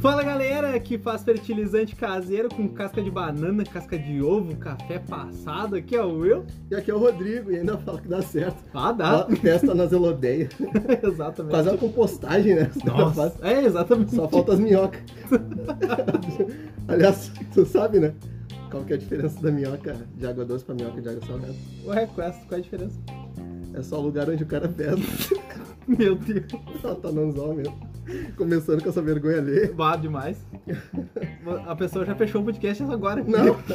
Fala galera que faz fertilizante caseiro com casca de banana, casca de ovo, café passado. Aqui é o Will. E aqui é o Rodrigo, e ainda fala que dá certo. Ah, dá. Fala que Festa na zelodeia. exatamente. Fazer uma compostagem, né? Os caras fazem. Nossa, é exatamente. Só falta as minhocas. Aliás, tu sabe, né? Qual que é a diferença da minhoca de água doce pra minhoca de água salgada? Ué, qual é a- qual é a diferença? É só o lugar onde o cara pesa. Meu Deus. Ela tá nanzol mesmo. Começando com essa vergonha ali. Bah, demais. A pessoa já fechou o podcast agora. Não. Tá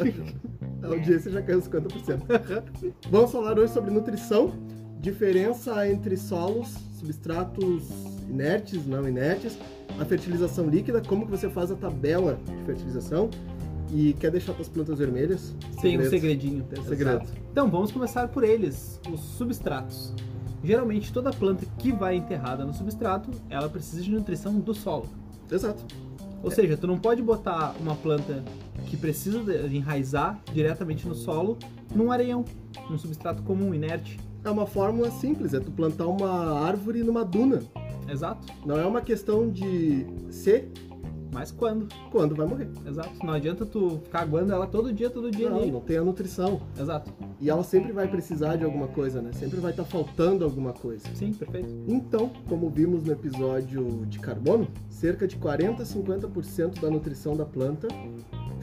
A audiência já caiu 50%. Vamos falar hoje sobre nutrição, diferença entre solos, substratos inertes, não inertes, a fertilização líquida, como que você faz a tabela de fertilização e quer deixar suas plantas vermelhas? Tem um Segredos. segredinho. Tem um segredo. Exato. Então vamos começar por eles, os substratos. Geralmente toda planta que vai enterrada no substrato, ela precisa de nutrição do solo. Exato. Ou seja, tu não pode botar uma planta que precisa de enraizar diretamente no solo num areião, num substrato comum, inerte. É uma fórmula simples, é tu plantar uma árvore numa duna. Exato. Não é uma questão de se Mas quando? quando vai morrer. Exato. Não adianta tu ficar aguando ela todo dia, todo dia Não, ali. não tem a nutrição. Exato. E ela sempre vai precisar de alguma coisa, né? Sempre vai estar faltando alguma coisa. Sim, perfeito. Então, como vimos no episódio de carbono, cerca de 40 a 50% da nutrição da planta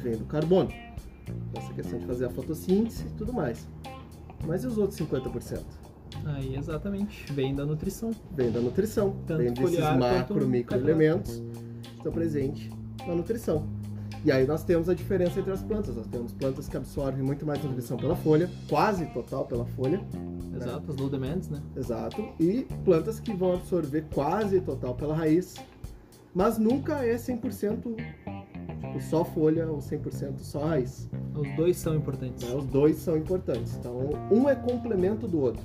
vem do carbono. Então, Essa questão de fazer a fotossíntese e tudo mais. Mas e os outros 50%? Aí, exatamente. Vem da nutrição. Vem da nutrição, Tanto vem desses foliar quanto macro, microelementos que estão presentes na nutrição. E aí nós temos a diferença entre as plantas. Nós temos plantas que absorvem muito mais nutrição pela folha, quase total pela folha, Exato, as low demands, né? Exato. E plantas que vão absorver quase total pela raiz, mas nunca é 100% tipo, só folha ou 100% só raiz. Os dois são importantes. né? Os dois são importantes. Então, um é complemento do outro.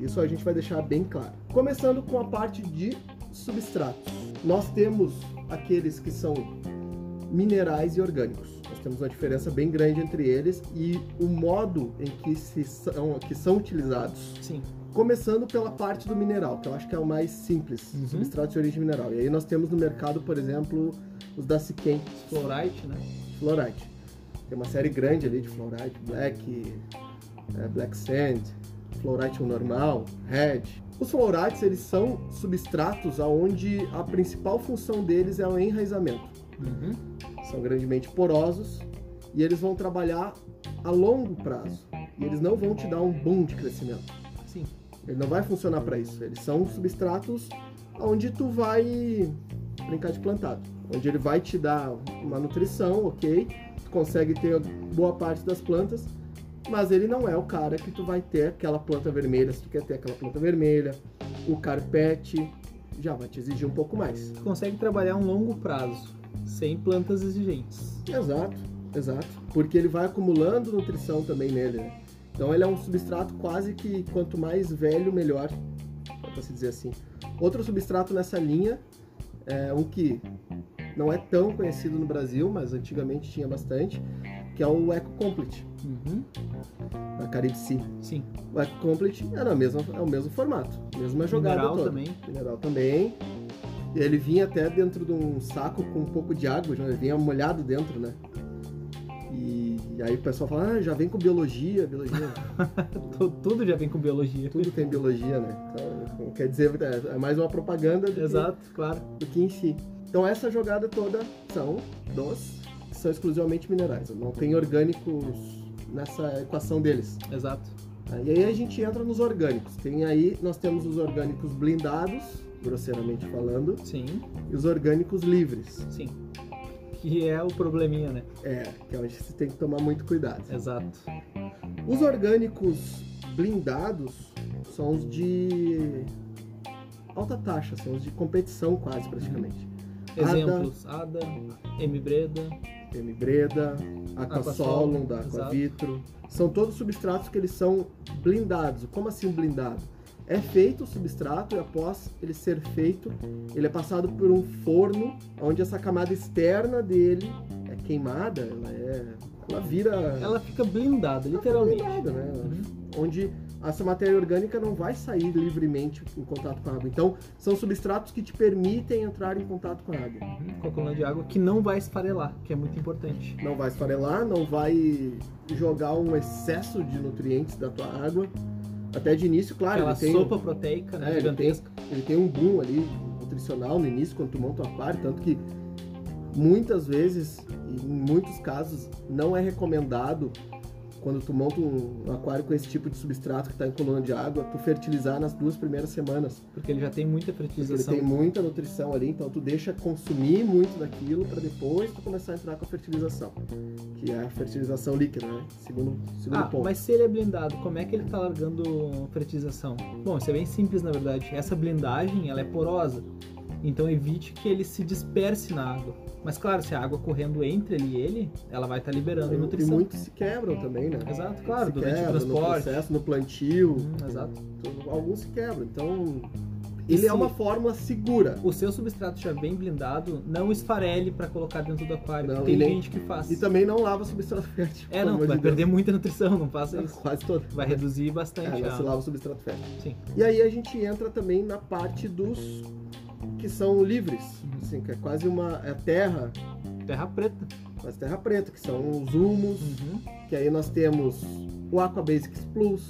Isso a gente vai deixar bem claro. Começando com a parte de substratos. Nós temos aqueles que são minerais e orgânicos. Nós temos uma diferença bem grande entre eles e o modo em que, se são, que são utilizados. Sim. Começando pela parte do mineral, que eu acho que é o mais simples, Uhum. substrato de origem mineral. E aí nós temos no mercado, por exemplo, os da Siquem, Fluorite, né? fluorite. Tem uma série grande ali de fluorite, black, eh, black sand, fluorite normal, red. Os fluorites, eles são substratos aonde a principal função deles é o enraizamento Uhum. são grandemente porosos e eles vão trabalhar a longo prazo. E eles não vão te dar um boom de crescimento. Sim. Ele não vai funcionar para isso. Eles são substratos onde tu vai brincar de plantado, onde ele vai te dar uma nutrição, ok? Tu consegue ter boa parte das plantas, mas ele não é o cara que tu vai ter aquela planta vermelha, se tu quer ter aquela planta vermelha, o carpete já vai te exigir um pouco mais. Tu consegue trabalhar um longo prazo, sem plantas exigentes. Exato, exato. Porque ele vai acumulando nutrição também nele, né? Então ele é um substrato quase que quanto mais velho, melhor, dá pra se dizer assim. Outro substrato nessa linha é um que não é tão conhecido no Brasil, mas antigamente tinha bastante, que é o Eco Complete, Uhum. da Caribe Sea. Sim. O Eco Complete era o mesmo, é o mesmo formato, mesma jogada Mineral toda. também. Mineral também. E ele vinha até dentro de um saco com um pouco de água, já vinha molhado dentro, né? E, e aí o pessoal fala, ah, já vem com biologia, biologia. Tu- Tudo já vem com biologia. Tudo tem biologia, né? Então, quer dizer, é mais uma propaganda do, Exato, claro. Que, do que em si. Então essa jogada toda são dos que são exclusivamente minerais. Não tem orgânicos nessa equação deles. Exato. Tá? E aí a gente entra nos orgânicos. Tem aí, nós temos os orgânicos blindados, grosseiramente falando, Sim, e os orgânicos livres. sim. Que é o probleminha, né? É, que é onde você tem que tomar muito cuidado. Exato. Os orgânicos blindados são os de alta taxa, são os de competição quase praticamente. Exemplos: Ada, M. Breda. M Breda, Aquasolum Aquasolum, da exato. Aquavitro. São todos substratos que eles são blindados. Como assim blindado? É feito o substrato e após ele ser feito, ele é passado por um forno onde essa camada externa dele é queimada, ela é ela vira Ela fica blindada, literalmente. blindada, né? Uhum. onde essa matéria orgânica não vai sair livremente em contato com a água. Então, são substratos que te permitem entrar em contato com a água. Uhum, Com a coluna de água que não vai esfarelar, que é muito importante. Não vai esfarelar, não vai jogar um excesso de nutrientes da tua água. Até de início, claro, Aquela ele tem, sopa proteica, né, É, ele gigantesca. ele tem um boom ali nutricional no início, quando tu monta uma par, tanto que muitas vezes, em muitos casos, não é recomendado quando tu monta um aquário com esse tipo de substrato que está em coluna de água, tu fertilizar nas duas primeiras semanas. Porque ele já tem muita Porque ele fertilização. tem muita nutrição ali, então tu deixa consumir muito daquilo para depois tu começar a entrar com a fertilização, que é a fertilização líquida, né? Segundo, segundo Ah, ponto. mas se ele é blindado, como é que ele tá largando fertilização? Bom, isso é bem simples na verdade. Essa blindagem, ela é porosa. Então evite que ele se disperse na água. Mas claro, se a água correndo entre ele e ele, ela vai estar liberando E- e nutrição. muitos se quebram também, né? Exato, claro, se durante o quebram no transporte. processo, no plantio, Hum, exato. tu- alguns se quebram. Então, E ele se- é uma fórmula segura. O seu substrato já bem blindado, não esfarele pra colocar dentro do aquário. Não, tem e nem- gente que faz. E também não lava substrato fértil. É, pelo não, amor vai de Deus. perder muita nutrição, não faça isso. Quase todo. Vai reduzir É, bastante. não a- se lava o substrato fértil. Sim. E aí a gente entra também na parte dos que são livres, Uhum. assim, que é quase uma é terra, Terra preta. quase terra preta, que são os humus, Uhum. que aí nós temos o Aqua Basics Plus,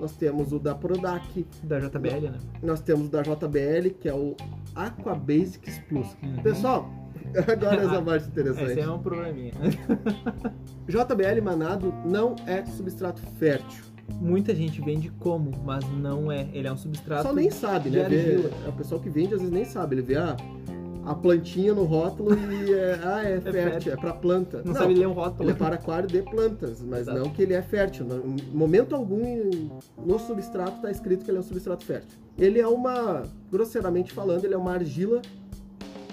nós temos o da Prodac, Da JBL, né? nós temos o da JBL, que é o Aqua Basics Plus. Uhum. Pessoal, agora essa parte Esse é interessante. um probleminha. JBL manado não é substrato fértil. Muita gente vende como, mas não é. Ele é um substrato. Só nem sabe, de né? Vê, argila. é o pessoal que vende às vezes nem sabe. Ele vê a, a plantinha no rótulo e é, ah, é fértil, fértil. é pra planta. Não, sabe ler um rótulo. Ele é para aquário de plantas, mas Exato. não que ele é fértil. Não- Em momento algum em- no substrato está escrito que ele é um substrato fértil. Ele é uma, grosseiramente falando, ele é uma argila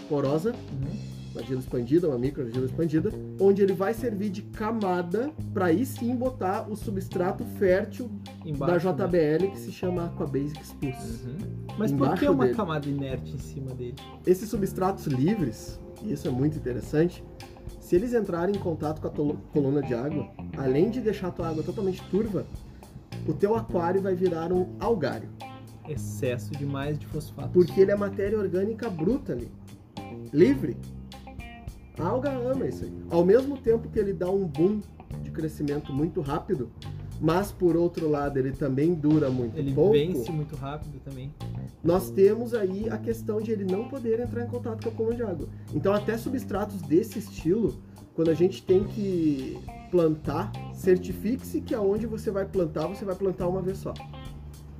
porosa, Uhum. uma argila expandida, uma microargila expandida, onde ele vai servir de camada para aí sim botar o substrato fértil Embaixo, da né? JBL que se chama Aqua Basics Plus. Uhum. Mas por Embaixo que uma dele. camada inerte em cima dele? É. Esses substratos livres, e isso é muito interessante, se eles entrarem em contato com a tolo- coluna de água, além de deixar a tua água totalmente turva, o teu aquário vai virar um algário, Excesso demais de fosfato. porque ele é matéria orgânica bruta ali, livre. A alga ama isso aí. Ao mesmo tempo que ele dá um boom de crescimento muito rápido, mas por outro lado ele também dura muito Ele pouco. vence muito rápido também. nós temos aí a questão de ele não poder entrar em contato com a coluna de água. Então, até substratos desse estilo, quando a gente tem que plantar, certifique-se que aonde você vai plantar, você vai plantar uma vez só.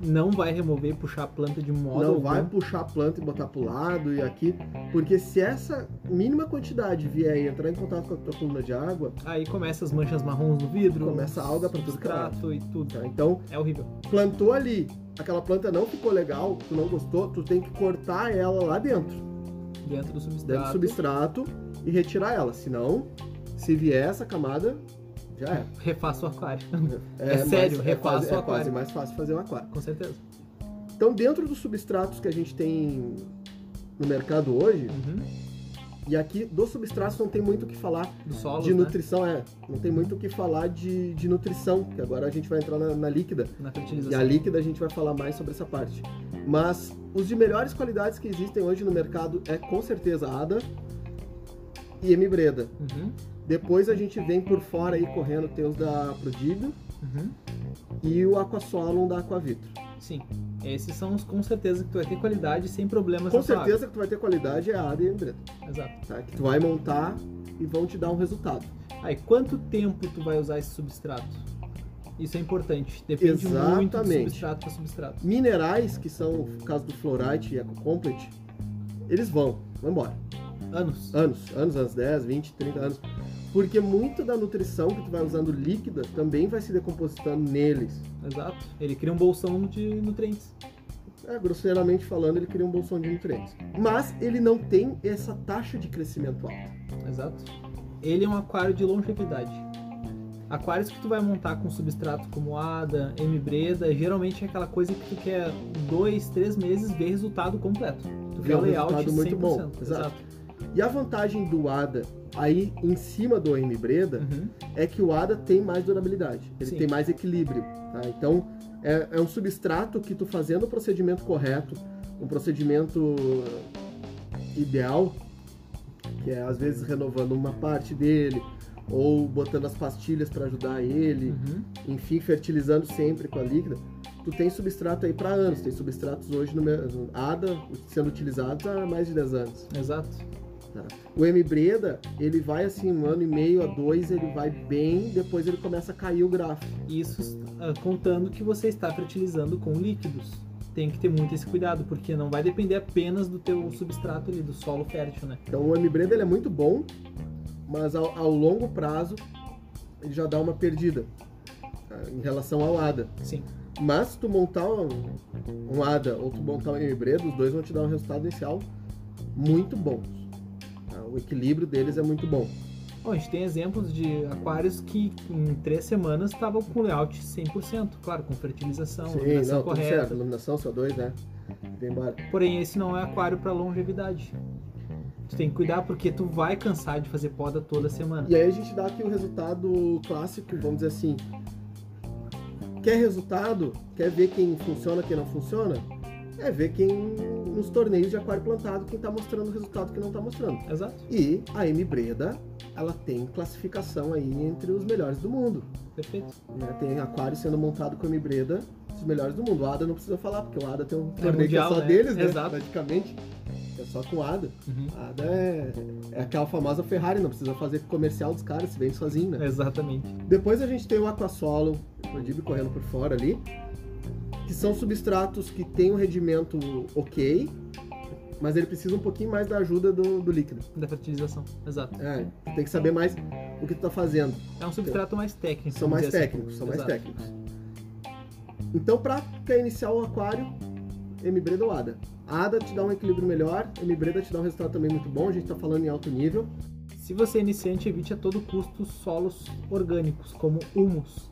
Não vai remover e puxar a planta de modo não algum. vai puxar a planta e botar pro lado e aqui, porque se essa mínima quantidade vier e entrar em contato com a tua coluna de água, Aí começa as manchas marrons no vidro. Começa a alga pra tudo que é lado. substrato e tudo. tá? então É horrível. plantou ali, aquela planta não ficou legal, tu não gostou, tu tem que cortar ela lá dentro. Dentro do dentro do substrato. substrato e retirar ela. Senão, se vier essa camada, já é. Refaça o aquário. É, sério, mais- é, refaça quase, o é quase aquário. mais fácil fazer um aquário. Com certeza. Então, dentro dos substratos que a gente tem no mercado hoje, Uhum. e aqui dos substratos não tem muito o que falar Do solo. né? de nutrição, é. Não tem muito o que falar de, de nutrição, que agora a gente vai entrar na- na líquida. Na E a fertilização. líquida a gente vai falar mais sobre essa parte. Mas os de melhores qualidades que existem hoje no mercado é com certeza ADA e M Breda. Uhum. Depois a gente vem por fora aí correndo, tem os da Prodíbio Uhum. e o Aquasolum da Aquavitro. Sim. Esses são os com certeza que tu vai ter qualidade sem problemas Com na tua água. certeza que tu vai ter qualidade é a área e a Embreta, Exato. tá? Que tu vai montar e vão te dar um resultado. Aí, quanto tempo tu vai usar esse substrato? Isso é importante. Depende muito do Exatamente. substrato para substrato. Minerais, que são o caso do Fluorite e Ecocomplete, eles vão, vão embora. Anos. Anos, anos, anos 10, 20, 30 anos. Porque muito da nutrição que tu vai usando líquida também vai se decompositando neles. Exato. Ele cria um bolsão de nutrientes. É, grosseiramente falando, ele cria um bolsão de nutrientes. Mas ele não tem essa taxa de crescimento alta. Exato. Ele é um aquário de longevidade. Aquários que tu vai montar com substrato como Ada, M Breda, geralmente é aquela coisa que tu quer dois, três meses ver resultado completo. Tu Ver quer um o layout resultado 100%. muito bom. Exato. Exato. E a vantagem do ADA aí em cima do OM Breda Uhum. é que o ADA tem mais durabilidade, ele Sim. tem mais equilíbrio. tá? Então, É, é um substrato que tu fazendo o procedimento correto, um procedimento eh, ideal, que é às vezes renovando uma parte dele, ou botando as pastilhas para ajudar ele, Uhum. enfim, fertilizando sempre com a líquida, tu tem substrato aí para anos. Tem substratos hoje no mer- no ADA sendo utilizados há mais de 10 anos. Exato. O M Breda, ele vai assim, um ano e meio a dois, ele vai bem, depois ele começa a cair o gráfico. Isso ah, contando que você está fertilizando com líquidos. Tem que ter muito esse cuidado, porque não vai depender apenas do teu substrato ali, do solo fértil, né? Então o M Breda ele é muito bom, mas ao, ao longo prazo ele já dá uma perdida tá? em relação ao ADA. Sim. Mas se tu montar um, um ADA ou tu montar um M Breda, os dois vão te dar um resultado inicial muito bom. tá? O equilíbrio deles é muito bom. Bom, a gente tem exemplos de aquários que em três semanas estavam com layout 100%, claro, com fertilização, iluminação não, Então, tudo certo. né? correta. Iluminação, CO2, né? Vem embora. Porém, esse não é aquário para longevidade. Tu tem que cuidar porque tu vai cansar de fazer poda toda semana. E aí a gente dá aqui o resultado clássico, vamos dizer assim. Quer resultado? Quer ver quem funciona, quem não funciona? É ver quem nos torneios de aquário plantado, quem tá mostrando o resultado, quem não tá mostrando. Exato, E a M Breda, ela tem classificação aí entre os melhores do mundo. perfeito. né? Tem aquário sendo montado com a M Breda, os melhores do mundo. O Ada não precisa falar, porque o Ada tem um torneio mundial, que é só né? deles, né? Exato. Praticamente. É só com o Ada. Uhum, A Ada é, é aquela famosa Ferrari, não precisa fazer comercial dos caras, se vende sozinho, né? Exatamente. Depois a gente tem o aquasolo, o Dib correndo por fora ali, que são substratos que têm um rendimento ok, mas ele precisa um pouquinho mais da ajuda do, do líquido. Da fertilização, exato. É, tu tem que saber mais o que tu tá fazendo. É um substrato mais técnico. São vamos mais dizer assim. técnicos, são mais Exato. técnicos. Então, pra quer iniciar o aquário, M-Breda ou ADA? A ADA te dá um equilíbrio melhor, M-Breda te dá um resultado também muito bom, a gente tá falando em alto nível. Se você é iniciante, evite a todo custo solos orgânicos, como humus.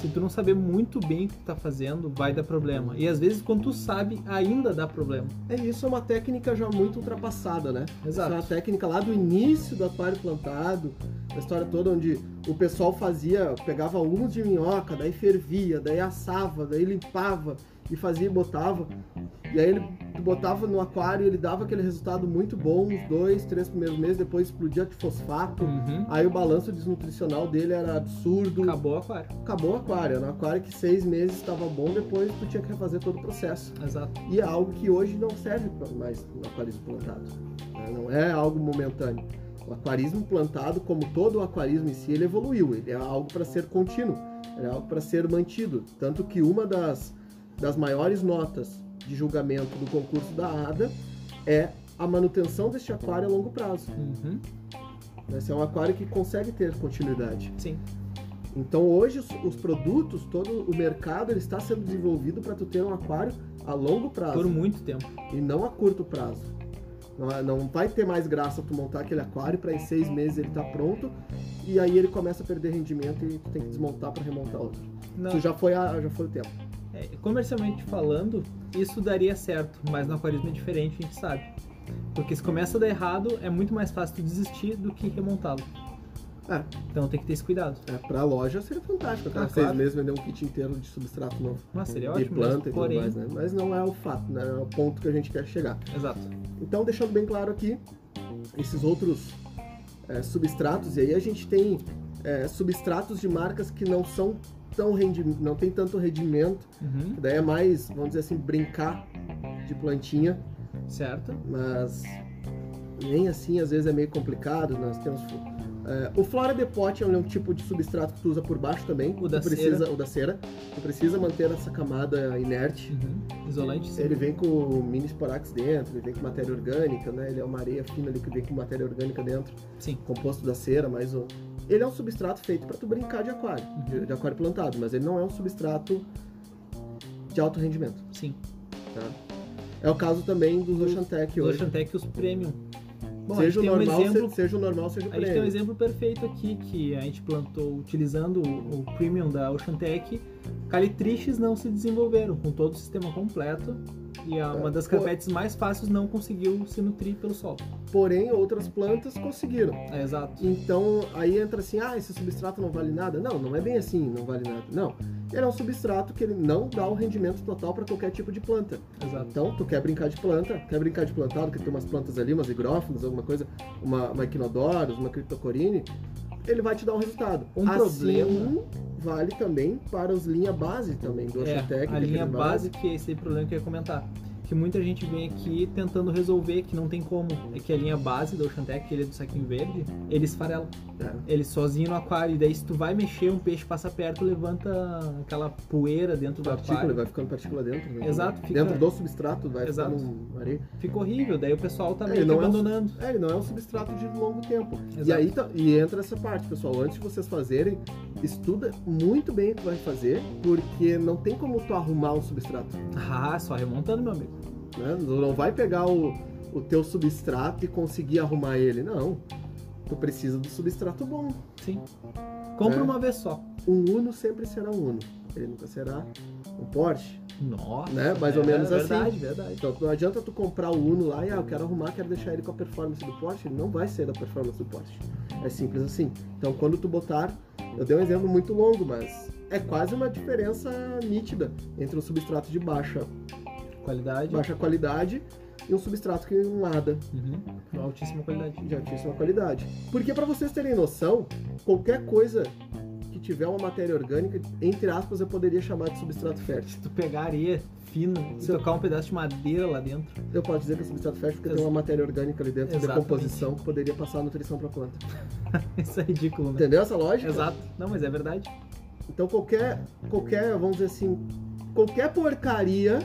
Se tu não saber muito bem o que tu tá fazendo, vai dar problema. E às vezes, quando tu sabe, ainda dá problema. É isso, é uma técnica já muito ultrapassada, né? Essa é uma Exato. técnica lá do início do aquário plantado, a história toda onde o pessoal fazia, pegava humus de minhoca, daí fervia, daí assava, daí limpava e fazia e botava. E aí ele botava no aquário, ele dava aquele resultado muito bom, uns dois, três primeiros meses, depois explodia de fosfato. Uhum. Aí o balanço desnutricional dele era absurdo. Acabou o aquário. Acabou o aquário. Era um aquário que seis meses estava bom, depois tu tinha que refazer todo o processo Exato. e é algo que hoje não serve para mais no aquarismo plantado. né? Não é algo momentâneo. O aquarismo plantado, como todo o aquarismo em si, ele evoluiu. Ele é algo para ser contínuo, ele é algo para ser mantido. Tanto que uma das, das maiores notas de julgamento do concurso da ADA é a manutenção deste aquário a longo prazo. Uhum. né? Esse é um aquário que consegue ter continuidade. Sim. Então hoje os, os produtos, todo o mercado, ele está sendo desenvolvido para tu ter um aquário a longo prazo Por muito tempo. e não a curto prazo. Não, é- não vai ter mais graça tu montar aquele aquário para em seis meses ele tá pronto e aí ele começa a perder rendimento e tu tem que desmontar para remontar outro. Não, Isso já foi a, já foi o tempo. É, comercialmente falando, isso daria certo, mas no aquarismo é diferente, a gente sabe. Porque se começa a dar errado, é muito mais fácil tu desistir do que remontá-lo. É. Então tem que ter esse cuidado. É, para loja seria fantástico, a cada Ah, seis claro. meses vender um kit inteiro de substrato novo Nossa, seria de ótimo. planta e mesmo, tudo porém, mais, né? Mas não é o fato, né? É o ponto que a gente quer chegar. Exato. Então, deixando bem claro aqui, esses outros é, substratos, e aí a gente tem é, substratos de marcas que não são tão rendi não tem tanto rendimento, Uhum, que daí é mais, vamos dizer assim, brincar de plantinha, certo. mas nem assim às vezes é meio complicado, nós temos... é, o Flora de Pot é um tipo de substrato que tu usa por baixo também. O da tu precisa, O da cera. Tu precisa manter essa camada inerte. Uhum, Isolante, sim. Ele vem com mini esporax dentro, ele vem com matéria orgânica, né? Ele é uma areia fina ali que vem com matéria orgânica dentro, Sim. composto da cera, mais um. Ele é um substrato feito para tu brincar de aquário, de, de aquário plantado, mas ele não é um substrato de alto rendimento. Sim. É o caso também dos Oceantec Os hoje. Oceantec e os Premium. Uhum. Bom, seja a o gente tem normal, um exemplo se- seja o normal, seja o A gente tem um prêmio. exemplo perfeito aqui que a gente plantou utilizando o, o premium da Ocean Tech. Calitriches não se desenvolveram com todo o sistema completo. E a- É, uma das pô. carpetes mais fáceis não conseguiu se nutrir pelo solo. Porém, outras plantas conseguiram. É, exato. Então aí entra assim, ah, esse substrato não vale nada. Não, não é bem assim, não vale nada. Não. Ele é um substrato que ele não dá o rendimento total para qualquer tipo de planta. Exato. Então, tu quer brincar de planta, quer brincar de plantado, que tem umas plantas ali, umas higrófilas, alguma coisa, uma, uma equinodorus, uma criptocorine, ele vai te dar um resultado. Um assim, problema- vale também para os linha base também, do É, Oxotec. a linha base, que é esse problema que eu ia comentar. Que muita gente vem aqui tentando resolver, que não tem como. É que a linha base do Oceantec, que ele é do saquinho verde, ele esfarela. É. Ele sozinho no aquário. E daí se tu vai mexer, um peixe passa perto, levanta aquela poeira dentro do Partícula, ele aquário. vai ficando partícula dentro. né? Exato, fica- Dentro do substrato, vai Exato. ficando areia. Fica horrível. Daí o pessoal tá É, meio que não é um- abandonando. É, ele não é um substrato de longo tempo. E Exato. aí tá- e entra essa parte, pessoal. Antes de vocês fazerem, estuda muito bem o que vai fazer, porque não tem como tu arrumar um substrato. Ah, só remontando, meu amigo. né? Tu não vai pegar o, o teu substrato e conseguir arrumar ele, não. Tu precisa do substrato bom. Sim. Compra É. uma vez só. Um Uno sempre será um Uno. Ele nunca será um Porsche. Nossa. Né? Mais ou é menos assim. Verdade, verdade. Então não adianta tu comprar o Uno lá e ah, eu quero arrumar, quero deixar ele com a performance do Porsche. Ele não vai ser da performance do Porsche. É simples assim. Então quando tu botar, eu dei um exemplo muito longo, mas é quase uma diferença nítida entre um substrato de baixa, Qualidade. baixa qualidade e um substrato que nada. Uhum. Altíssima qualidade. de altíssima qualidade. Porque para vocês terem noção, qualquer coisa que tiver uma matéria orgânica, entre aspas, eu poderia chamar de substrato fértil. Se tu pegar areia fina e Sim. tocar um pedaço de madeira lá dentro. Eu posso dizer que é substrato fértil porque Ex- tem uma matéria orgânica ali dentro, Exatamente. decomposição, que poderia passar a nutrição para planta. Isso é ridículo, né? Entendeu essa lógica? Exato. Não, mas é verdade. Então qualquer, qualquer, vamos dizer assim, qualquer porcaria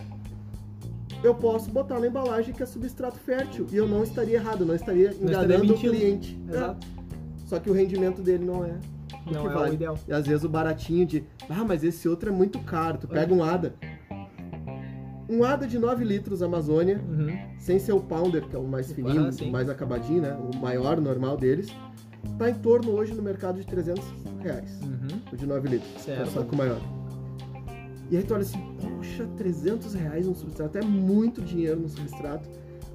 eu posso botar na embalagem que é substrato fértil e eu não estaria errado, não estaria enganando o mentindo. cliente. Exato. É. Só que o rendimento dele não é Não que é vale. o ideal. E às vezes o baratinho de, ah, mas esse outro é muito caro. Tu pega um ADA. Um ADA de 9 litros Amazônia, Uhum. sem ser o Pounder, que é o mais fininho, Ah, sim. o mais acabadinho, né? O maior, normal deles. Tá em torno hoje no mercado de 300 reais. Uhum. O de 9 litros. que É o Certo. saco maior. E aí tu olha assim, poxa, 300 reais um substrato. É muito dinheiro no substrato.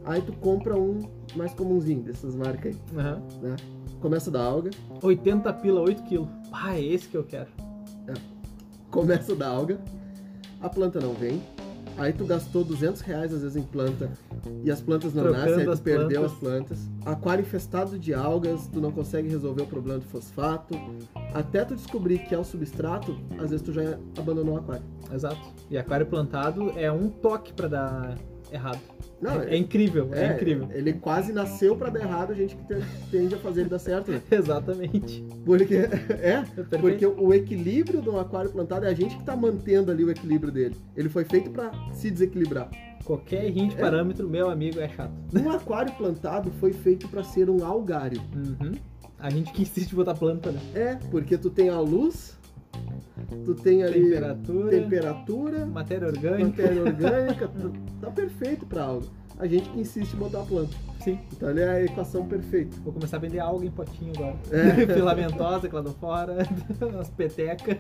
Aí tu compra um mais comumzinho dessas marcas aí. né? Uhum. Começa da alga. 80 pila, 8 quilos. Ah, é esse que eu quero. começa da alga, a planta não vem, aí tu gastou 200 reais às vezes em planta e as plantas não Trocando nascem, aí as tu perdeu as plantas. Aquário infestado de algas, tu não consegue resolver o problema do fosfato. Até tu descobrir que é o substrato, às vezes tu já abandonou o aquário. Exato. E aquário plantado é um toque pra dar errado. Não, é, incrível, é, incrível. Ele quase nasceu pra dar errado, a gente que te- tende a fazer ele dar certo. né? Exatamente. Porque, É é, perfeito. porque o equilíbrio do aquário plantado é a gente que tá mantendo ali o equilíbrio dele. Ele foi feito pra se desequilibrar. Qualquer rim de É. parâmetro, meu amigo, é chato. Um aquário plantado foi feito para ser um algário. Uhum. A gente que insiste em botar planta, né? É, porque tu tem a luz, tu tem ali temperatura, Temperatura, matéria orgânica. matéria orgânica, tu- tá perfeito para algo. A gente que insiste em botar planta. Sim. Então ele é a equação perfeita. Vou começar a vender alga em potinho agora. É. Filamentosa, cladofora, as petecas.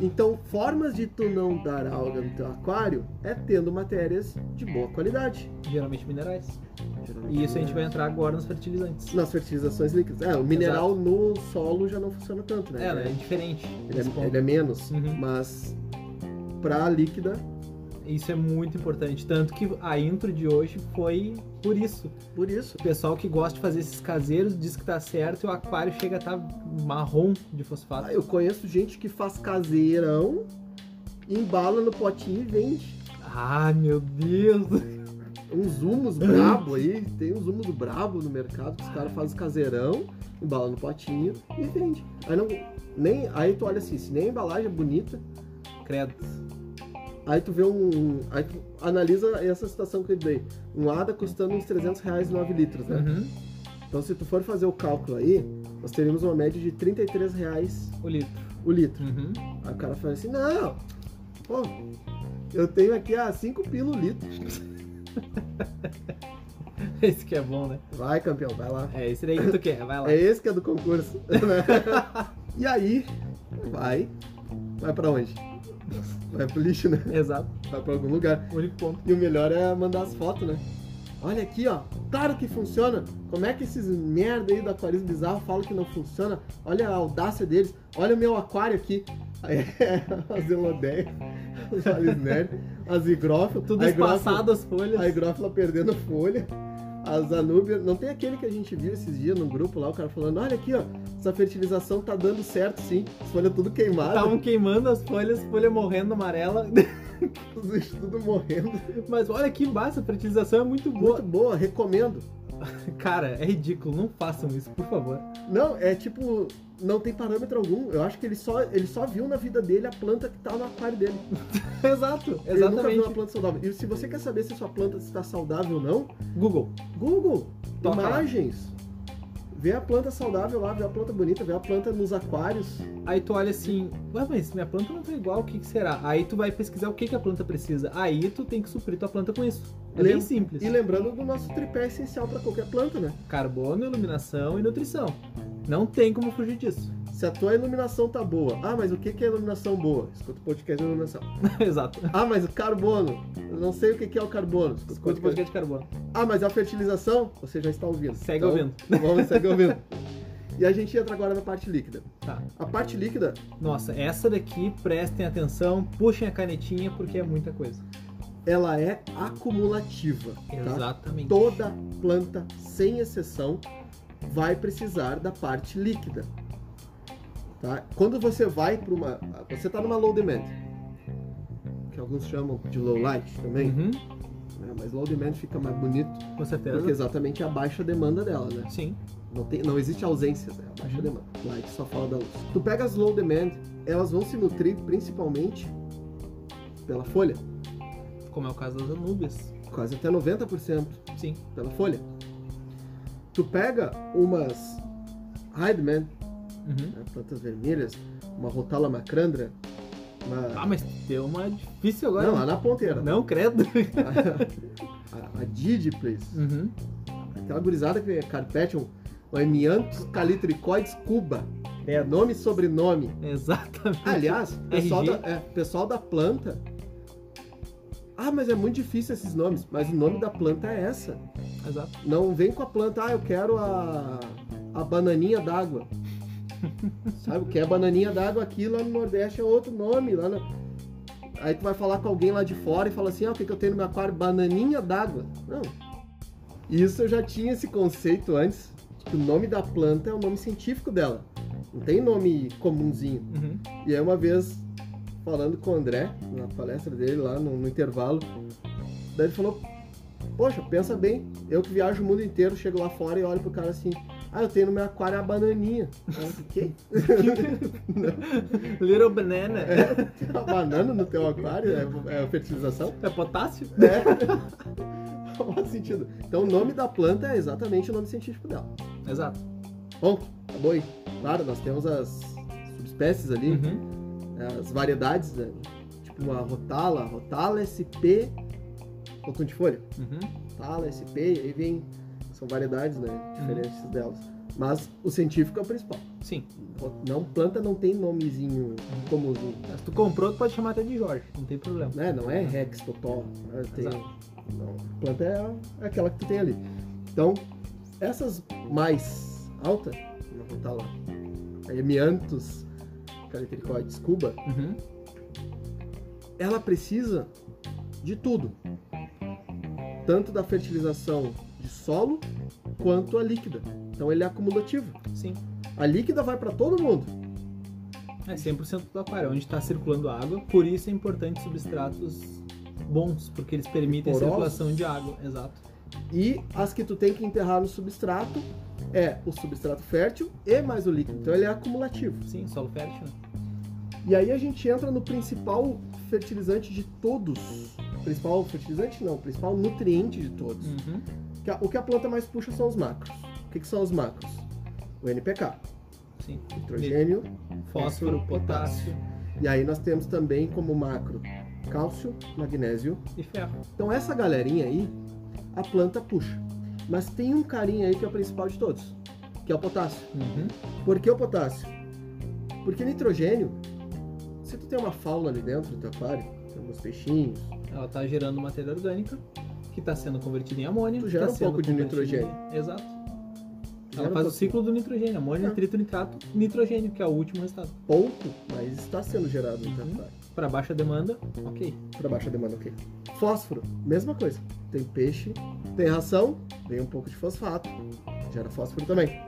Então, formas de tu não dar alga no teu aquário é tendo matérias de boa qualidade. Geralmente minerais. E isso a gente vai entrar agora nos fertilizantes. nas fertilizações líquidas. É, o mineral no solo já não funciona tanto, né? É, né? É diferente. Ele nesse é, ponto. ele é menos, Uhum. mas pra líquida Isso é muito importante. Tanto que a intro de hoje foi por isso. Por isso. O pessoal que gosta de fazer esses caseiros diz que tá certo e o aquário chega a tá marrom de fosfato. Ah, eu conheço gente que faz caseirão, embala no potinho e vende. Ah, meu Deus! Uns humos brabo aí, tem uns humos brabo no mercado que os caras fazem caseirão, embala no potinho e vende. Aí, não, nem, aí tu olha assim, se nem a embalagem é bonita, Credo. aí tu vê um. Aí tu analisa essa situação que eu dei. Um ADA custando uns 300 reais 9 litros, né? Uhum. Então se tu for fazer o cálculo aí, nós teríamos uma média de 33 reais O litro. o litro. Uhum. Aí o cara fala assim, não, pô, eu tenho aqui a 5 pila o litro. Esse que é bom, né? Vai, campeão, vai lá. É, esse daí que tu quer, vai lá. É esse que é do concurso. e aí, vai, vai pra onde? Vai pro lixo, né? Exato. Vai pra algum lugar. O único ponto. E o melhor é mandar as fotos, né? Olha aqui, ó. Claro que funciona. Como é que esses merda aí do aquarismo bizarro falam que não funciona? Olha a audácia deles. Olha o meu aquário aqui. Aí é, as elodéias, os alisner, as higrófilas. Tudo É a É higrófila- espaçado as folhas. a hidrófila perdendo folha. As anúbias. Não tem aquele que a gente viu esses dias no grupo lá, o cara falando: olha aqui, ó, essa fertilização tá dando certo sim. As folhas tudo queimadas, Estavam queimando as folhas, folha morrendo amarela. os bichos tudo morrendo. Mas olha que massa, a fertilização é muito boa. Muito boa, recomendo. Cara, é ridículo, não façam isso, por favor. Não, é tipo, não tem parâmetro algum. Eu acho que ele só, ele só viu na vida dele a planta que tá no aquário dele. Exato, Ele nunca viu exatamente. uma planta saudável. E se você quer saber se sua planta está saudável ou não, Google. Google, Toca lá. imagens. Vê a planta saudável lá, vê a planta bonita, vê a planta nos aquários. Aí tu olha assim, ué, mas minha planta não tá igual, o que, que será? Aí tu vai pesquisar o que, que a planta precisa. Aí tu tem que suprir tua planta com isso. É bem Lem- simples. E lembrando do nosso tripé essencial para qualquer planta, né? Carbono, iluminação e nutrição. Não tem como fugir disso. Se a tua iluminação tá boa, ah, mas o que que é iluminação boa? Escuta o podcast de iluminação. Exato. Ah, mas o carbono. Eu não sei o que que é o carbono. Escuta o Escuta o podcast de podcast. carbono. Ah, mas a fertilização, você já está ouvindo. Segue Então, ouvindo. Vamos, segue ouvindo. E a gente entra agora na parte líquida. Tá. A parte líquida, Nossa, essa daqui, prestem atenção, puxem a canetinha porque é muita coisa. ela é acumulativa. tá? Exatamente. Toda planta, sem exceção, vai precisar da parte líquida. Tá? Quando você vai para uma. Você está numa low demand, que alguns chamam de low light também, Uhum, né? mas low demand fica mais bonito com certeza. porque é exatamente a baixa demanda dela, né? Sim. Não, tem, não existe ausências, né? A baixa Uhum. demanda. Light só fala da luz. Tu pega as low demand, elas vão se nutrir principalmente pela folha, Como é o caso das anúbias. quase até 90% Sim. pela folha. Tu pega umas high demand, Uhum. né? plantas vermelhas, uma rotala macrandra, uma... Ah, mas deu uma difícil agora. Não, lá na ponteira. Não, credo. A, a Didi, please. Uhum. Aquela gurizada que é carpetium, o Amiantus calitricoides cuba. É. Nome e sobrenome. Exatamente. Aliás, pessoal da, RG. é, pessoal da planta. Ah, mas é muito difícil esses nomes. Mas o nome da planta é essa. Exato. Não vem com a planta, ah, eu quero a, a bananinha d'água. Sabe o que é bananinha d'água aqui lá no Nordeste é outro nome. Lá no- Aí tu vai falar com alguém lá de fora e fala assim, ah, o que, que eu tenho no meu aquário? Bananinha d'água. Não. Isso eu já tinha esse conceito antes, de que o nome da planta é o nome científico dela. Não tem nome comunzinho. Uhum. E aí uma vez, falando com o André, na palestra dele lá no, no intervalo, daí ele falou, poxa, pensa bem, eu que viajo o mundo inteiro, chego lá fora e olho pro cara assim, ah, eu tenho no meu aquário a bananinha. Aí eu fiquei, Little banana. É, tem uma banana no teu aquário? É, é fertilização? potássio? É. Não faz sentido. Então o nome da planta é exatamente o nome científico dela. Exato. Bom, tá bom aí. Claro, nós temos as subespécies ali, Uhum. as variedades, né? tipo uma rotala, rotala SP, botão de folha, Uhum. rotala SP, e aí vem, são variedades né? diferentes delas. Mas o científico é o principal. Sim. Ro- Não, planta não tem nomezinho comumzinho, Mas tu comprou, tu pode chamar até de Jorge. Não tem problema. né? Não é Rex, Totó, né? tem, Exato. não. planta é a- aquela que tu tem ali. Então, essas mais altas, uma rotala, Amiantus, Calitricoides cuba, Uhum. ela precisa de tudo. Tanto da fertilização de solo quanto a líquida. Então ele é acumulativo. Sim. A líquida vai para todo mundo. É 100% do aquário, onde está circulando água. Por isso é importante substratos bons, porque eles permitem a Porosos. circulação de água. Exato. E as que tu tem que enterrar no substrato é o substrato fértil e mais o líquido. Então ele é acumulativo. Sim, solo fértil. né? E aí a gente entra no principal fertilizante de todos. Principal fertilizante não, principal nutriente de todos. Uhum. Que a- O que a planta mais puxa são os macros. O que, que são os macros? O NPK, Sim. nitrogênio, Fósforo, potássio E aí nós temos também como macro cálcio, magnésio. e ferro. Então essa galerinha aí, a planta puxa. Mas tem um carinha aí que é o principal de todos, que é o potássio. Uhum. Por que o potássio? Porque nitrogênio, se tu tem uma fauna ali dentro do teu aquário, tem alguns peixinhos, Ela tá gerando matéria orgânica, que está sendo convertida em amônia. Tu que gera tá um sendo pouco de convertida em- nitrogênio. Exato. Gera Ela um faz o pouco. ciclo do nitrogênio, amônia, É. nitrito, nitrato, nitrogênio, que é o último resultado. pouco, mas está sendo gerado no teu Uhum. aquário. Para baixa demanda, ok. Pra baixa demanda, ok. Fósforo, mesma coisa. Tem peixe, tem ração, vem um pouco de fosfato, gera fósforo também.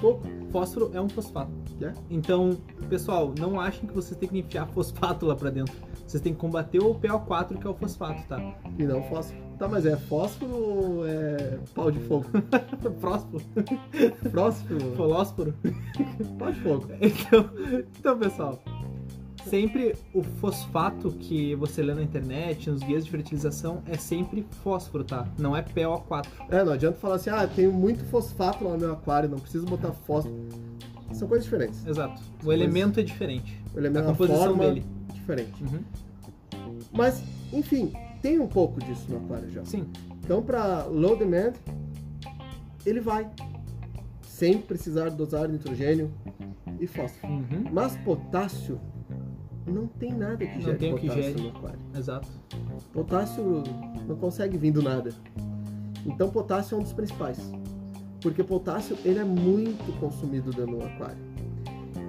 Pouco. Fósforo é um fosfato. É. Então, pessoal, não achem que vocês têm que enfiar fosfato lá pra dentro. Vocês têm que combater o PO4, que é o fosfato, tá? E não fósforo. Tá, mas é fósforo ou é pau de fogo? Próspero, Fósforo? folósporo. pau de fogo. Então, então, pessoal, sempre o fosfato que você lê na internet, nos guias de fertilização, é sempre fósforo, tá? Não é PO4. É, não adianta falar assim, ah, tenho muito fosfato lá no meu aquário, não preciso botar fósforo. São coisas diferentes. Exato. O Pois- elemento é diferente. O A elemento, a composição forma, dele. diferente. Uhum. Mas, enfim, tem um pouco disso no aquário já. Sim. Então, para low demand, ele vai sem precisar dosar nitrogênio e fósforo. Uhum. Mas potássio não tem nada que Não gere tem o que potássio gere. no aquário. Exato. Potássio não consegue vir do nada. Então, potássio é um dos principais, porque potássio ele é muito consumido dentro do aquário.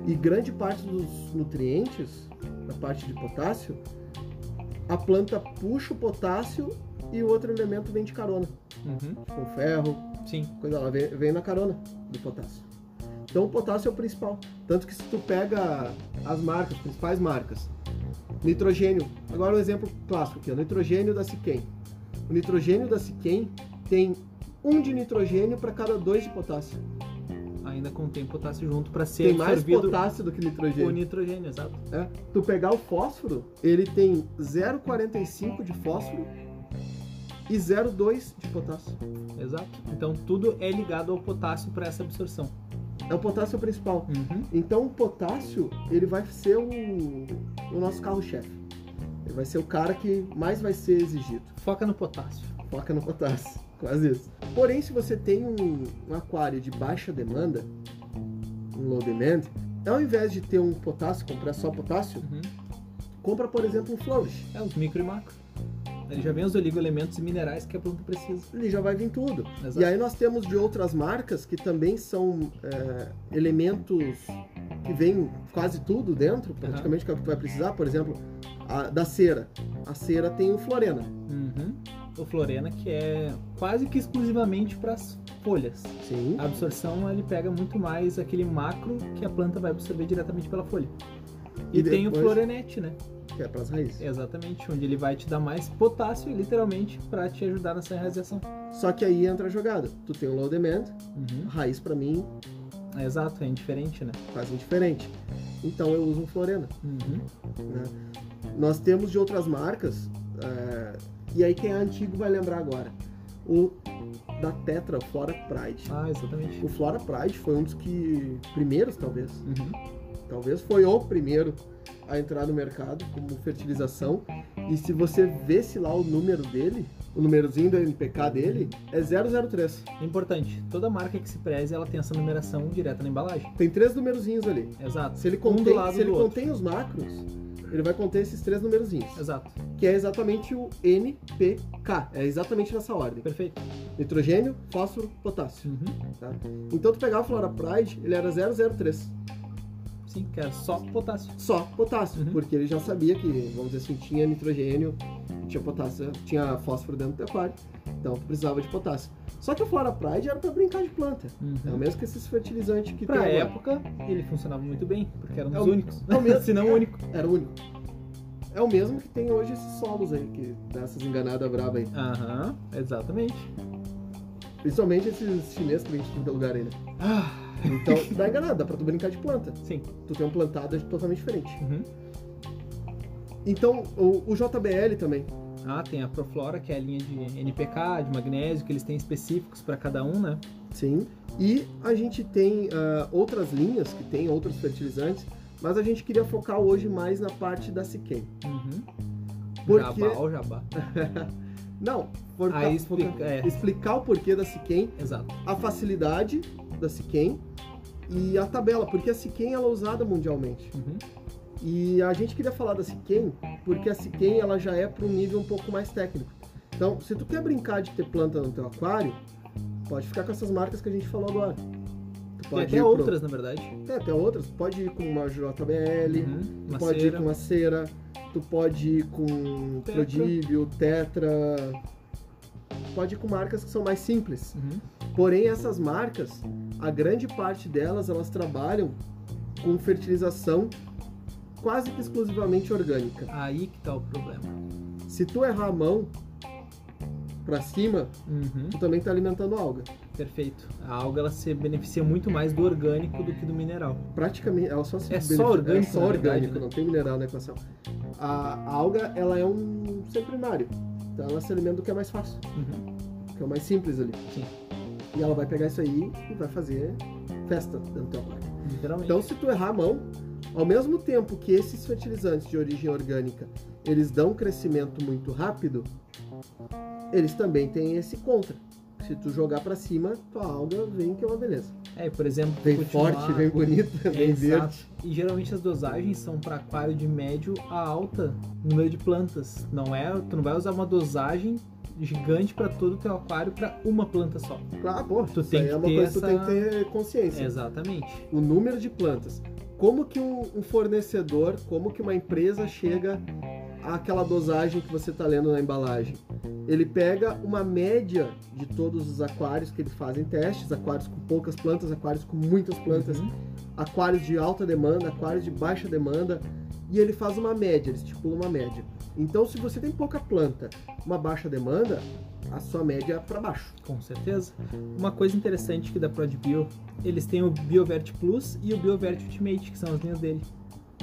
E grande parte dos nutrientes, na parte de potássio, a planta puxa o potássio e o outro elemento vem de carona Uhum. com ferro, Sim. coisa lá, vem, vem na carona do potássio. Então o potássio é o principal. Tanto que se tu pega as marcas, principais marcas, nitrogênio, agora um exemplo clássico aqui, o nitrogênio da Siquem. O nitrogênio da Siquem tem um de nitrogênio para cada dois de potássio. Ainda contém potássio tá junto pra ser tem mais absorvido potássio do que o nitrogênio. nitrogênio, exato. né? Tu pegar o fósforo, ele tem 0,45 de fósforo e 0,2 de potássio. Exato. Então tudo é ligado ao potássio para essa absorção. É o potássio principal. Uhum. Então o potássio, ele vai ser o, o nosso carro-chefe. Ele vai ser o cara que mais vai ser exigido. Foca no potássio. Foca no potássio, quase isso. Porém, se você tem um, um aquário de baixa demanda, um low demand, ao invés de ter um potássio, comprar só potássio, Uhum. compra, por exemplo, um flourish. É os micro e macro. Ele já vem os oligoelementos e minerais que a planta precisa. Ele já vai vir tudo. Exato. E aí nós temos de outras marcas que também são é, elementos que vêm quase tudo dentro, praticamente que é o que tu vai precisar, por exemplo, a, da cera. A cera tem o florena. Uhum. O Florena, que é quase que exclusivamente para as folhas. Sim. A absorção ele pega muito mais aquele macro que a planta vai absorver diretamente pela folha. E, E tem o depois- florenete, né? Que é para as raízes. Exatamente, onde ele vai te dar mais potássio, literalmente, para te ajudar nessa realização. Só que aí entra a jogada. Tu tem o low demand, Uhum. raiz para mim É Exato, é indiferente, né? faz indiferente. Então eu uso um florena. Uhum. né? Nós temos de outras marcas, é, e aí quem é antigo vai lembrar agora. O da Tetra, o Flora Pride. Ah, exatamente. O Flora Pride foi um dos que primeiros, talvez. Uhum. Talvez foi o primeiro a entrar no mercado como fertilização. E se você vesse lá o número dele, o númerozinho do NPK dele é 003. Importante, toda marca que se preze, ela tem essa numeração direta na embalagem. Tem três numerozinhos ali. Exato. Se ele um contém, do lado se ele do outro. contém os macros, ele vai conter esses três numerozinhos, Exato. que é exatamente o NPK. É exatamente nessa ordem: Perfeito. nitrogênio, fósforo, potássio. Uhum. Então tu pegar o Flora Pride, ele era 003. Sim, que é só potássio. só potássio, Uhum. porque ele já sabia que, vamos dizer assim, tinha nitrogênio, tinha potássio, tinha fósforo dentro do teu aquário, então tu precisava de potássio. Só que o Flora Pride era pra brincar de planta, é o Uhum. mesmo que esses fertilizantes que Pra tem agora. época, ele funcionava muito bem, porque era um É dos o- únicos. é o mesmo. Se não o único. Era único. É o mesmo que tem hoje esses solos aí, que dá essas enganadas bravas aí. Aham, exatamente. Principalmente esses chineses que vendem em todo lugar aí, né? Ah, Então, dá enganada, dá pra tu brincar de planta. sim. Tu tem um plantado é totalmente diferente. Uhum. Então, o, o JBL também. Ah, tem a Proflora, que é a linha de NPK, de magnésio, que eles têm específicos para cada um, né? Sim. E a gente tem ah, outras linhas que tem outros fertilizantes, mas a gente queria focar hoje mais na parte da Siquem. Uhum. Porque- Jabá, ó, jabá. Não, focar- Aí explica- focar- é. explicar o porquê da Siquem, Exato. a facilidade da Siquem e a tabela, porque a Siquem ela é usada mundialmente. Uhum. E a gente queria falar da Siquem, porque a Siquem ela já é para um nível um pouco mais técnico. Então, se tu quer brincar de ter planta no teu aquário, pode ficar com essas marcas que a gente falou agora. Tu Tem pode até ir pro- outras, na verdade. É, tem outras. Tu Pode ir com uma JBL, Uhum. tu Uma pode ir cera. com uma cera, tu pode ir com Tetra. prodíbio, tetra. Pode ir com marcas que são mais simples. Uhum. Porém, essas marcas, a grande parte delas, elas trabalham com fertilização quase que exclusivamente orgânica. Aí que tá o problema. Se tu errar a mão pra cima, Uhum. tu também tá alimentando alga. Perfeito. A alga ela se beneficia muito mais do orgânico do que do mineral. Praticamente, ela só se É só beneficia- orgânico, é só na verdade, orgânico, né? não tem mineral na equação. A, a alga, ela é um centenário. Então ela se alimenta do que é mais fácil, Uhum. que é o mais simples ali. Sim. E ela vai pegar isso aí e vai fazer festa dentro do teu aquário. Literalmente. Então, se tu errar a mão, ao mesmo tempo que esses fertilizantes de origem orgânica, eles dão um crescimento muito rápido, eles também têm esse contra. Se tu jogar pra cima, tua alga vem que é uma beleza. é, por exemplo, Vem cultivar- forte, vem bonita, É, vem exato. verde. E geralmente as dosagens são para aquário de médio a alta número de plantas. Não é, tu não vai usar uma dosagem gigante para todo o teu aquário para uma planta só. Claro, pô, Tu isso tem aí que é uma ter coisa que tu tem essa- que ter consciência. Exatamente. O número de plantas. Como que um, um fornecedor, como que uma empresa chega àquela dosagem que você está lendo na embalagem? Ele pega uma média de todos os aquários que eles fazem testes, aquários com poucas plantas, aquários com muitas plantas, Uhum. aquários de alta demanda, aquários de baixa demanda, e ele faz uma média, ele estipula uma média. Então, se você tem pouca planta, uma baixa demanda, a sua média é para baixo. Com certeza. Uma coisa interessante que da ProdBio, eles têm o BioVert Plus e o BioVert Ultimate, que são as linhas dele.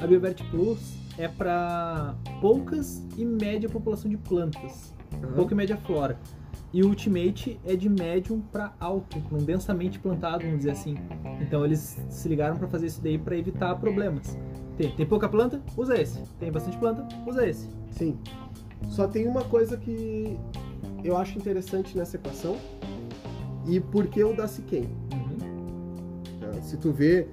A BioVert Plus é para poucas e média população de plantas. pouca e média flora. E o Ultimate é de médium para alto, com densamente plantado, vamos dizer assim. Então eles se ligaram para fazer isso daí para evitar problemas. Tem, tem pouca planta? Usa esse. Tem bastante planta? Usa esse. Sim. Só tem uma coisa que eu acho interessante nessa equação. E por que o da Siquem? Uhum. Tá? Se tu vê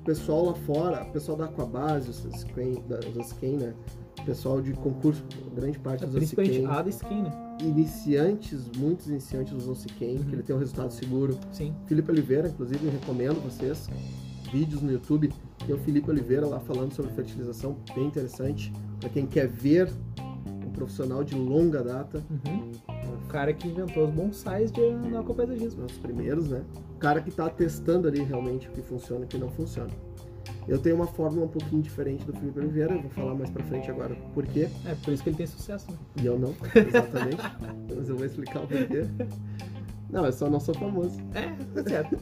o pessoal lá fora, o pessoal da Aquabase, os da Siquem- da- da Siquem, né? O pessoal de concurso, grande parte dos É, Principalmente Siquem. a da skin, né? Iniciantes, muitos iniciantes usam Siquem, Uhum. que ele tem um resultado seguro. Sim. Felipe Oliveira, inclusive, eu recomendo vocês. Vídeos no YouTube. Tem o Felipe Oliveira lá falando sobre fertilização, bem interessante. Para quem quer ver um profissional de longa data, um Uhum. O cara que inventou os bonsais de os anarcopaisagismo. meus primeiros, né? O cara que tá testando ali realmente o que funciona e o que não funciona. Eu tenho uma fórmula um pouquinho diferente do Felipe Oliveira, eu vou falar mais pra frente agora o porquê. É por isso que ele tem sucesso, né? E eu não, exatamente. Mas eu vou explicar o porquê. Não, eu só não sou famoso. É, tá certo.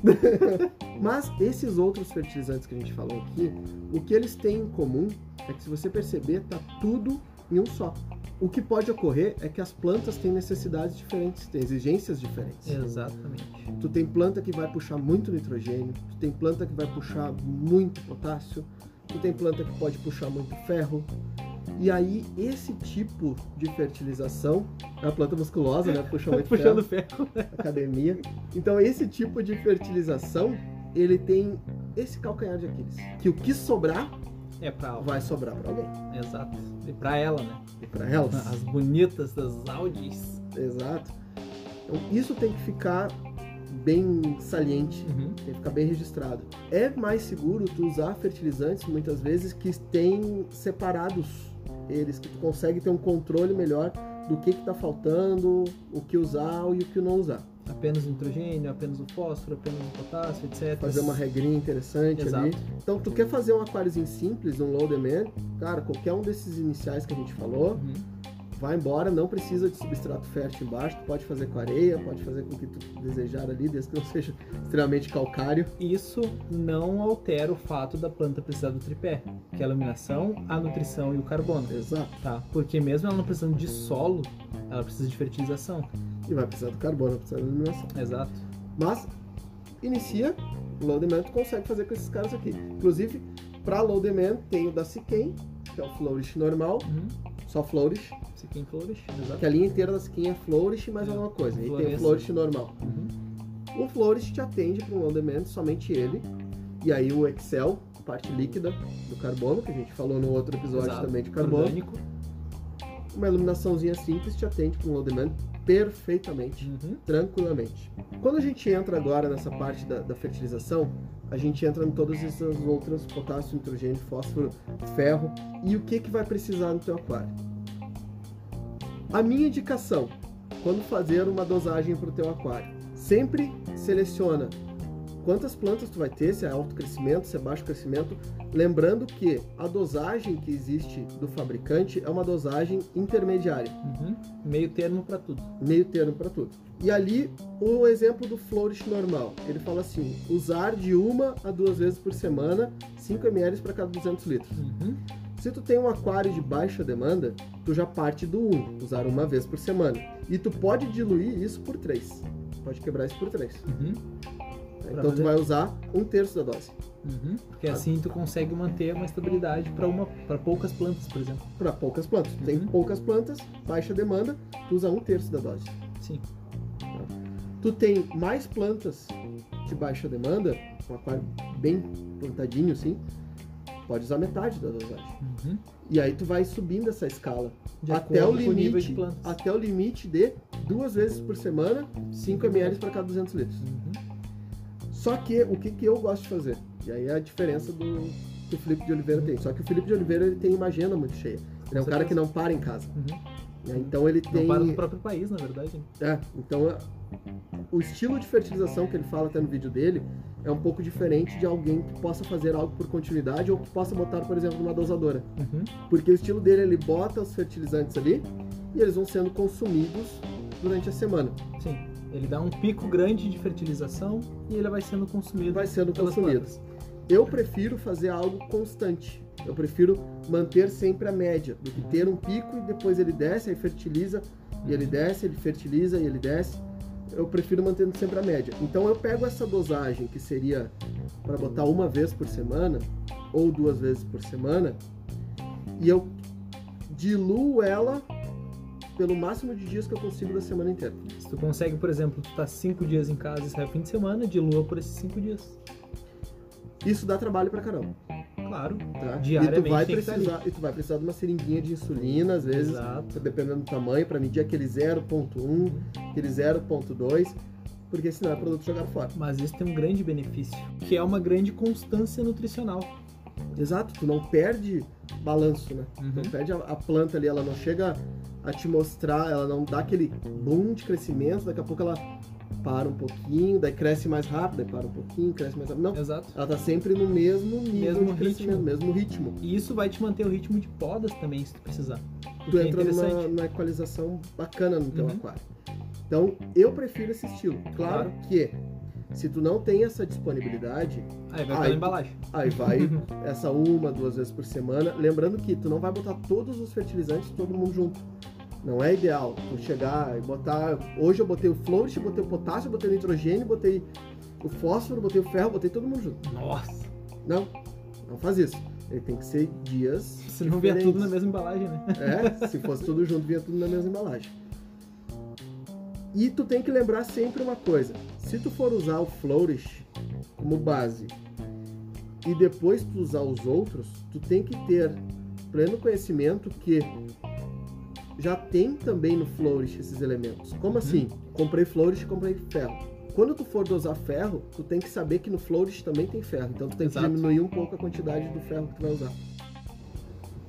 Mas esses outros fertilizantes que a gente falou aqui, o que eles têm em comum é que se você perceber, tá tudo em um só. O que pode ocorrer é que as plantas têm necessidades diferentes, têm exigências diferentes. Exatamente. Tu tem planta que vai puxar muito nitrogênio, tu tem planta que vai puxar muito potássio, tu tem planta que pode puxar muito ferro. E aí, esse tipo de fertilização, é a planta musculosa, né? Puxa muito Puxando ferro, ferro. academia. Então, esse tipo de fertilização, ele tem esse calcanhar de Aquiles. Que o que sobrar, É pra alva. vai sobrar pra alguém. Exato. E pra ela, né? E pra elas. As bonitas das Audis. Exato. Então, isso tem que ficar bem saliente Uhum. Tem que ficar bem registrado. É mais seguro tu usar fertilizantes muitas vezes que têm separados eles, que tu consegue ter um controle melhor do que que tá faltando, o que usar e o que não usar. apenas o nitrogênio, apenas o fósforo, apenas o potássio, etc. Fazer uma regrinha interessante Exato. ali. Então, tu quer fazer um aquáriozinho simples, um low demand, cara, qualquer um desses iniciais que a gente falou, Uhum. vai embora, não precisa de substrato fértil embaixo, tu pode fazer com areia, pode fazer com o que tu desejar ali, desde que não seja extremamente calcário. Isso não altera o fato da planta precisar do tripé, que é a iluminação, a nutrição e o carbono. Exato. Tá? Porque mesmo ela não precisando de solo, ela precisa de fertilização. E vai precisar do carbono, vai precisar da iluminação. Exato. Mas inicia, Low Demand consegue fazer com esses caras aqui. Inclusive, para Low Demand tem o da Siquem, que é o Flourish normal, Uhum. só Flourish, Isso aqui é em flores. que a linha inteira da Siquem é Flourish e mais É, alguma coisa. E tem Floresce. o Flourish normal. Uhum. O Flourish te atende para um Low Demand, somente ele. E aí o Excel, parte líquida do carbono, que a gente falou no outro episódio Exato. também de carbono. Orgânico. Uma iluminaçãozinha simples te atende com low demand perfeitamente Uhum. tranquilamente. Quando a gente entra agora nessa parte da, da fertilização, a gente entra em todas essas outras, potássio, nitrogênio, fósforo, ferro, e o que, que vai precisar no teu aquário. A minha indicação, quando fazer uma dosagem para o teu aquário, sempre seleciona quantas plantas tu vai ter, se é alto crescimento, se é baixo crescimento, lembrando que a dosagem que existe do fabricante é uma dosagem intermediária Uhum. Meio termo pra tudo. meio termo para tudo. E ali o exemplo do flourish normal, ele fala assim: usar de uma a duas vezes por semana, 5 ml para cada 200 litros. Uhum. Se tu tem um aquário de baixa demanda, tu já parte do 1, um, usar uma vez por semana. E tu pode diluir isso por 3. Pode quebrar isso por 3. Uhum. Então fazer- tu vai usar um terço da dose. Uhum, porque Tá. assim tu consegue manter uma estabilidade para uma para poucas plantas, por exemplo. Para poucas plantas. Tu Tem Uhum. poucas plantas, baixa demanda, tu usa um terço da dose. Sim. tu tem mais plantas de baixa demanda, um aquário bem plantadinho assim, pode usar metade da dosagem. Uhum. E aí tu vai subindo essa escala De até o acordo com nível limite, de plantas. até o limite de duas vezes por semana, 5 ml para cada 200 litros. Uhum. Só que o que, que eu gosto de fazer? E aí é a diferença do que o Felipe de Oliveira tem. Só que o Felipe de Oliveira ele tem uma agenda muito cheia. Ele é um Com cara certeza. que não para em casa. Uhum. né? Então ele Não tem para no próprio país, na verdade. né? É, então é- o estilo de fertilização que ele fala até no vídeo dele é um pouco diferente de alguém que possa fazer algo por continuidade ou que possa botar, por exemplo, numa dosadora. Uhum. Porque o estilo dele, ele bota os fertilizantes ali e eles vão sendo consumidos durante a semana. Sim. Ele dá um pico grande de fertilização e ele vai sendo consumido Vai sendo pelas consumido. plantas. Eu prefiro fazer algo constante. Eu prefiro manter sempre a média do que ter um pico e depois ele desce, aí fertiliza, e ele desce, ele fertiliza e ele desce. Eu prefiro mantendo sempre a média. Então eu pego essa dosagem que seria para botar uma vez por semana ou duas vezes por semana e eu diluo ela pelo máximo de dias que eu consigo da semana inteira. Se tu consegue, por exemplo, tu tá cinco dias em casa e sai o fim de semana, dilua por esses cinco dias. Isso dá trabalho pra caramba, Claro. tá? e tu Diariamente vai tem que estar precisar, e tu vai precisar de uma seringuinha de insulina às vezes. tá Exato. dependendo do tamanho, para medir aquele 0.1, aquele 0.2, porque senão é produto jogado fora. Mas isso tem um grande benefício, que é uma grande constância nutricional. Exato, tu não perde balanço, né? Tu não Uhum. perde a, a planta ali, ela não chega a te mostrar, ela não dá aquele boom de crescimento, daqui a pouco ela para um pouquinho, daí cresce mais rápido, daí para um pouquinho, cresce mais rápido. Não, Exato. ela tá sempre no mesmo nível Mesmo de crescimento, ritmo. mesmo ritmo. E isso vai te manter o ritmo de podas também, se tu precisar. tu é entra numa, interessante. numa equalização bacana no teu Uhum. aquário. Então, eu prefiro esse estilo. Claro, Uhum. que se tu não tem essa disponibilidade, Aí vai Ah, pela e- embalagem. aí vai essa uma, duas vezes por semana. Lembrando que tu não vai botar todos os fertilizantes todo mundo junto. Não é ideal tu chegar e botar. Hoje eu botei o flourish, botei o potássio, botei o nitrogênio, botei o fósforo, botei o ferro, botei todo mundo junto. Nossa, Não, não faz isso. Ele tem que ser dias. você não via tudo na diferentes. mesma embalagem, né? É, se fosse tudo junto, vinha tudo na mesma embalagem. E tu tem que lembrar sempre uma coisa: se tu for usar o Flourish como base e depois tu usar os outros, tu tem que ter pleno conhecimento que já tem também no Flourish esses elementos. Como assim? Comprei Flourish, comprei ferro. Quando tu for dosar ferro, tu tem que saber que no Flourish também tem ferro. Então tu tem Exato. que diminuir um pouco a quantidade do ferro que tu vai usar.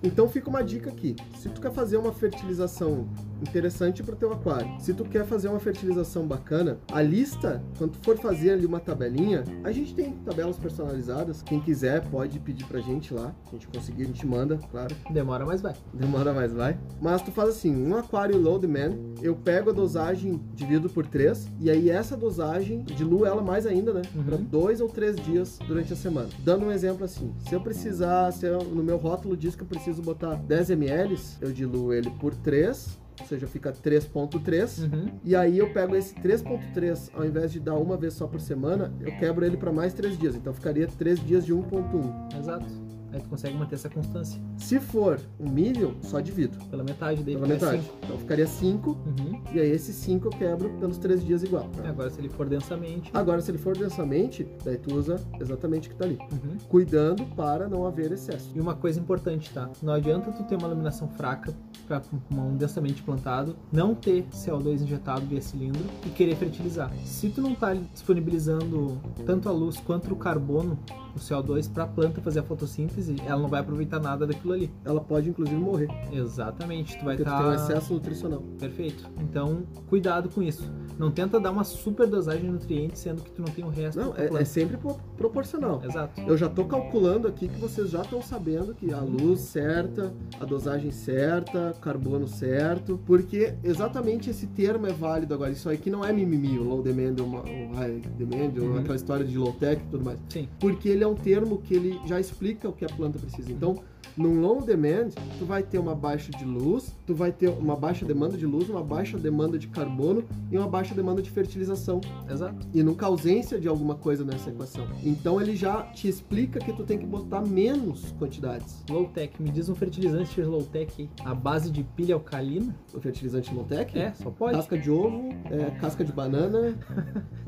Então fica uma dica aqui. Se tu quer fazer uma fertilização interessante para o teu aquário, se tu quer fazer uma fertilização bacana, a lista, quando tu for fazer ali uma tabelinha, a gente tem tabelas personalizadas. Quem quiser pode pedir pra gente lá. A gente conseguir, a gente manda, claro. Demora, mas vai. Demora mais, vai. Mas tu faz assim, um aquário low demand, eu pego a dosagem, divido por 3, e aí essa dosagem, diluo ela mais ainda, né? Uhum. Pra dois ou três dias durante a semana. Dando um exemplo assim, se eu precisar, se eu- no meu rótulo diz que eu preciso botar 10 ml, eu diluo ele por 3, ou seja, fica 3.3. Uhum. E aí eu pego esse 3.3, ao invés de dar uma um vez só por semana, eu quebro ele para mais três dias. Então ficaria três dias de 1.1. Exato. Aí tu consegue manter essa constância. Se for um milho, só divido Pela metade dele. pela que é metade. Tá. cinco. Então ficaria 5, Uhum. e aí esses 5 eu quebro pelos 3 dias igual. tá? E Agora, se ele for densamente. Agora, se ele for densamente, daí tu usa exatamente o que tá ali. Uhum. Cuidando para não haver excesso. E uma coisa importante, tá? Não adianta tu ter uma iluminação fraca para pulmão densamente plantado, não ter CO2 injetado via cilindro e querer fertilizar. Se tu não tá disponibilizando tanto a luz quanto o carbono, o CO2 para a planta fazer a fotossíntese, ela não vai aproveitar nada daquilo ali. Ela pode, inclusive, morrer, Exatamente, tu vai tá porque estar tu tem um excesso nutricional. perfeito. Então, cuidado com isso. Não tenta dar uma super dosagem de nutrientes sendo que tu não tem o resto Não, da tua é, é planta. sempre pro- proporcional. Exato. Eu já tô calculando aqui que vocês já estão sabendo que a luz certa, a dosagem certa, carbono certo, porque exatamente esse termo é válido agora. Isso aqui não é mimimi, o low demand, o ma- o high demand, ou Uhum. aquela história de low tech e tudo mais. Sim. Porque ele é um termo que ele já explica o que a planta precisa. Então, num low demand, tu vai ter uma baixa de luz, tu vai ter uma baixa demanda de luz, uma baixa demanda de carbono e uma baixa demanda de fertilização Exato. e nunca ausência de alguma coisa nessa equação. Então ele já te explica que tu tem que botar menos quantidades. Low tech, me diz um fertilizante low tech à base de pilha alcalina? O fertilizante low-tech, É, só pode. casca de ovo, é, casca de banana,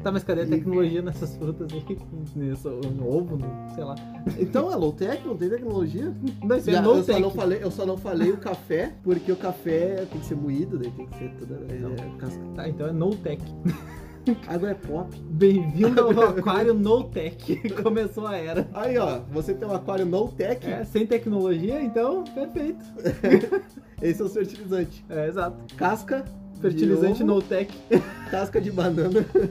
Tá, mas cadê a tecnologia nessas frutas aí? Nesse, no ovo, no, sei lá. Então é low tech, não tem tecnologia. Não, isso é Já, low eu, só tech. não falei, eu só não falei o café, porque o café tem que ser moído, daí tem que ser toda é, casca. Tá, então é no tech. Água é pop. Bem-vindo ao aquário no tech. Começou a era. Aí ó, você tem um aquário low tech, É, sem tecnologia, então, perfeito. esse é o fertilizante. É, exato. Casca, de Fertilizante ovo, no tech. casca de banana.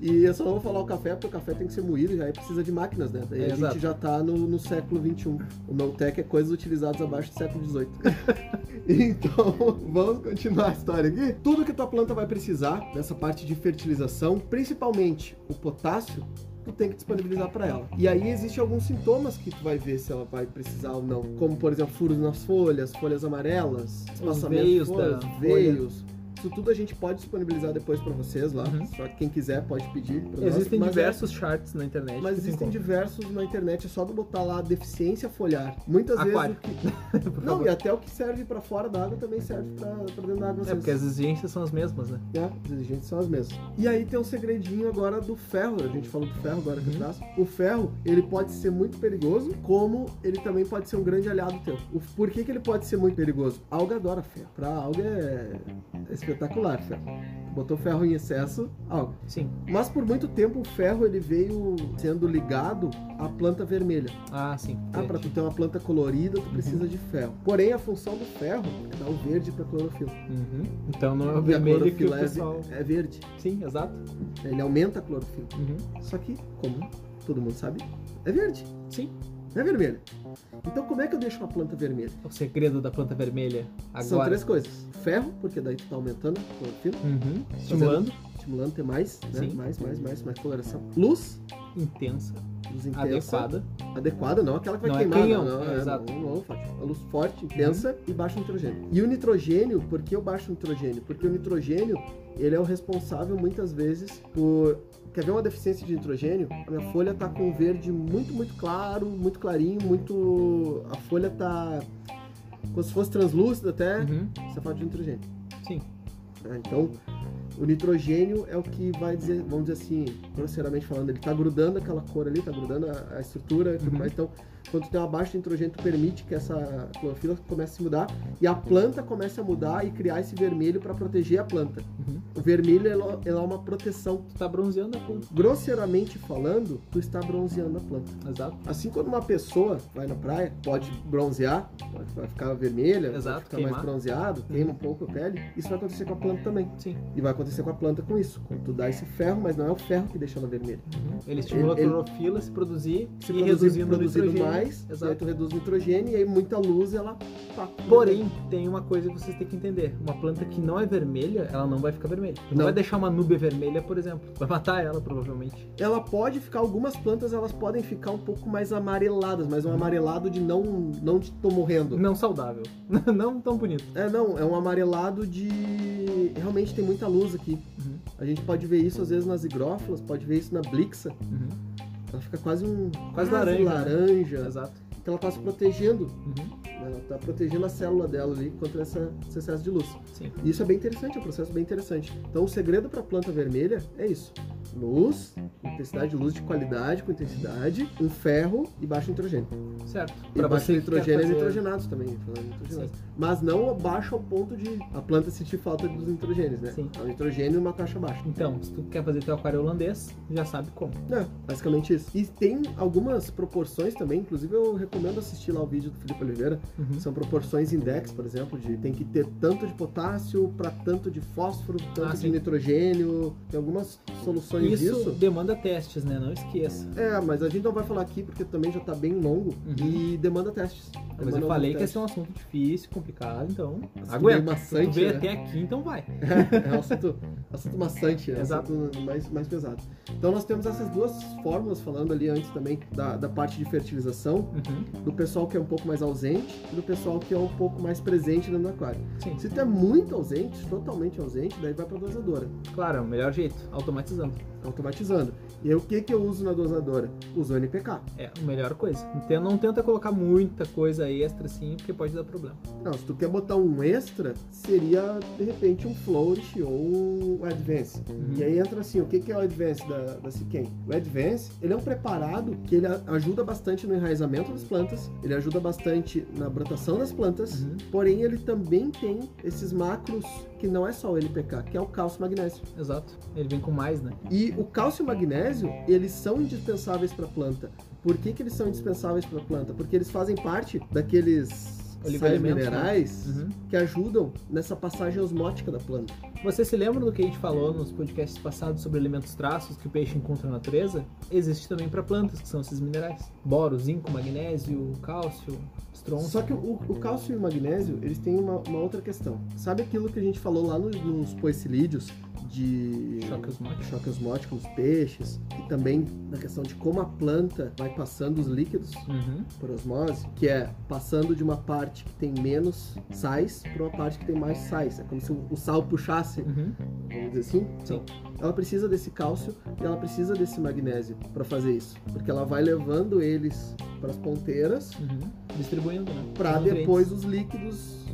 E eu só não vou falar o café, porque o café tem que ser moído, já aí precisa de máquinas, né? Daí É, a gente exato. já tá no, no século XXI. O no-tech é coisas utilizadas abaixo do século XVIII. então, vamos continuar a história aqui. Tudo que tua planta vai precisar nessa parte de fertilização, principalmente o potássio, tu tem que disponibilizar para ela. E aí existem alguns sintomas que tu vai ver se ela vai precisar ou não. Como, por exemplo, furos nas folhas, folhas amarelas, espaçamento de veios folhas, da veios. Isso tudo a gente pode disponibilizar depois para vocês lá. Uhum. Só que quem quiser pode pedir. pra nós, Existem mas é- diversos charts na internet. mas que tu existem encontra. diversos na internet, é só tu botar lá deficiência foliar. Muitas Aquário. vezes. o Por que- Não, favor. e até o que serve para fora da água também serve para dentro da água. É vocês- porque as exigências são as mesmas, né? né? As exigências são as mesmas. E aí tem um segredinho agora do ferro. A gente falou do ferro agora que Uhum. atrás. O ferro, ele pode ser muito perigoso, como ele também pode ser um grande aliado teu. O, por que, que ele pode ser muito perigoso? A alga adora ferro. Pra alga é, é espetacular, ferro. Botou ferro em excesso, alga. Sim. Mas por muito tempo o ferro ele veio sendo ligado à planta vermelha. Ah, sim. Ah, para tu ter uma planta colorida, Uhum. tu precisa de ferro. Porém, a função do ferro é dar o verde para clorofila. Uhum. Então não é o E a vermelho que o clorofila é, ve- pessoal... é verde. Sim, exato. Ele aumenta a clorofila. Uhum. Só que, como todo mundo sabe, é verde, Sim. não é vermelho. Então, como é que eu deixo uma planta vermelha? É O segredo da planta vermelha São agora. três coisas: ferro, porque daí tu tá aumentando a clorofila, Uhum. Estimulando. estimulando a ter mais, né? Sim. mais, mais, mais, mais coloração. Luz, Intensa. luz intensa. Adequada. adequada, não aquela que vai Não é queimar, canhão, não, não, é, é, exato. Uhum. não, não, Fátima. Uma luz forte, intensa e baixo nitrogênio. E o nitrogênio, por que o baixo nitrogênio? Porque o nitrogênio, ele é o responsável muitas vezes por Quer ver uma deficiência de nitrogênio? A minha folha tá com verde muito, muito claro, muito clarinho, muito. A folha tá. como se fosse translúcida até. Uhum. Isso é falta de nitrogênio. Sim. né? Então, o nitrogênio é o que vai dizer, vamos dizer assim, grosseiramente falando, ele tá grudando aquela cor ali, tá grudando a, a estrutura e tudo Uhum. mais. Então, quando tu tem uma baixa de nitrogênio, tu permite que essa clorofila comece a se mudar e a planta comece a mudar e criar esse vermelho para proteger a planta. Uhum. O vermelho ele é- ele é uma proteção. Tu tá bronzeando a planta. Grosseiramente falando, tu está bronzeando a planta. Exato. Assim quando uma pessoa vai na praia, pode bronzear, pode, vai ficar vermelha, Exato, pode ficar queimar. Uhum. mais bronzeado, queima um pouco a pele, isso vai acontecer com a planta também. Sim. E vai acontecer com a planta com isso. Quando tu dá esse ferro, mas não é o ferro que deixa ela vermelha. Ele estimula Ele- ele- a clorofila a se produzir Se e produzir, reduzindo o produzindo nitrogênio. mais, e aí Exato. tu reduz o nitrogênio e aí muita luz ela tá pá, Porém, tem uma coisa que vocês têm que entender. Uma planta que não é vermelha, ela não vai ficar vermelha. Tu Não, Não. vai deixar uma nube vermelha, por exemplo. Vai matar ela, provavelmente. ela pode ficar, algumas plantas elas podem ficar um pouco mais amareladas, mas um amarelado de não, não de tô morrendo. Não saudável. não tão bonito. É, não, é um amarelado de. Realmente tem muita luz aqui. Uhum. A gente pode ver isso às vezes nas higrófilas, pode ver isso na blixa. Uhum. Ela fica quase um. Quase laranja, né? laranja. Exato. Então ela está se protegendo, Uhum, né? ela está protegendo a célula dela ali contra essa, esse excesso de luz. Sim. E isso é bem interessante, é um processo bem interessante. Então o segredo para a planta vermelha é isso: luz, intensidade de luz de qualidade com intensidade, um ferro e baixo nitrogênio. Certo. E Pra baixo você que quer nitrogênio é fazer- nitrogenados também, falando em nitrogenados. mas não baixo ao ponto de a planta sentir falta dos nitrogênios, né? Sim. É um nitrogênio e uma taxa baixa. Então, se tu quer fazer teu aquário holandês, já sabe como. É, basicamente isso. E tem algumas proporções também, inclusive eu recomendo assistir lá o vídeo do Felipe Oliveira. Uhum. São proporções index, por exemplo, de tem que ter tanto de potássio para tanto de fósforo, tanto Ah, de sim. nitrogênio. Tem algumas soluções Isso disso. demanda testes, né? Não esqueça. É, mas a gente não vai falar aqui porque também já tá bem longo Uhum. e demanda testes. Mas Demanda eu falei que esse testes. é um assunto difícil, complicado, então Assunto aguenta. meio Tu maçante, veio né? até aqui, então vai. É um assunto, assunto maçante, é um Exato. assunto mais, mais pesado. Então nós temos essas duas fórmulas falando ali antes também da, da parte de fertilização, Uhum. do pessoal que é um pouco mais ausente e do pessoal que é um pouco mais presente dentro do aquário. Sim, Se tu é muito ausente, totalmente ausente, daí vai pra dosadora, claro, é o melhor jeito, automatizando. automatizando. E aí o que que eu uso na dosadora? Uso o NPK. É a melhor coisa. Então não tenta colocar muita coisa extra assim, porque pode dar problema. Não, se tu quer botar um extra, seria de repente um flourish ou um advance. Uhum. E aí entra assim, o que que é o Advance da, da Siquem? O Advance, ele é um preparado que ele a- ajuda bastante no enraizamento das plantas, ele ajuda bastante na brotação das plantas, Uhum. porém ele também tem esses macros que não é só o NPK, que é o cálcio e magnésio. Exato. Ele vem com mais, né? E o cálcio e o magnésio, eles são indispensáveis para a planta. Por que, que eles são indispensáveis para a planta? Porque eles fazem parte daqueles sais Oligoelementos, né? minerais Uhum. que ajudam nessa passagem osmótica da planta. Você se lembra do que a gente falou nos podcasts passados sobre elementos traços que o peixe encontra na natureza? Existe também para plantas, que são esses minerais: boro, zinco, magnésio, cálcio, estronço. Só que o, o cálcio e o magnésio, eles têm uma, uma outra questão. Sabe aquilo que a gente falou lá nos, nos poecilídeos de Choque osmótico. choque osmótico nos peixes e também na questão de como a planta vai passando os líquidos Uhum. por osmose, que é passando de uma parte que tem menos sais para uma parte que tem mais sais. É como se o, o sal puxasse, Uhum. vamos dizer assim. Sim. Ela precisa desse cálcio e ela precisa desse magnésio para fazer isso, porque ela vai levando eles para as ponteiras Uhum. Distribuindo, né? para Nutrientes. depois os líquidos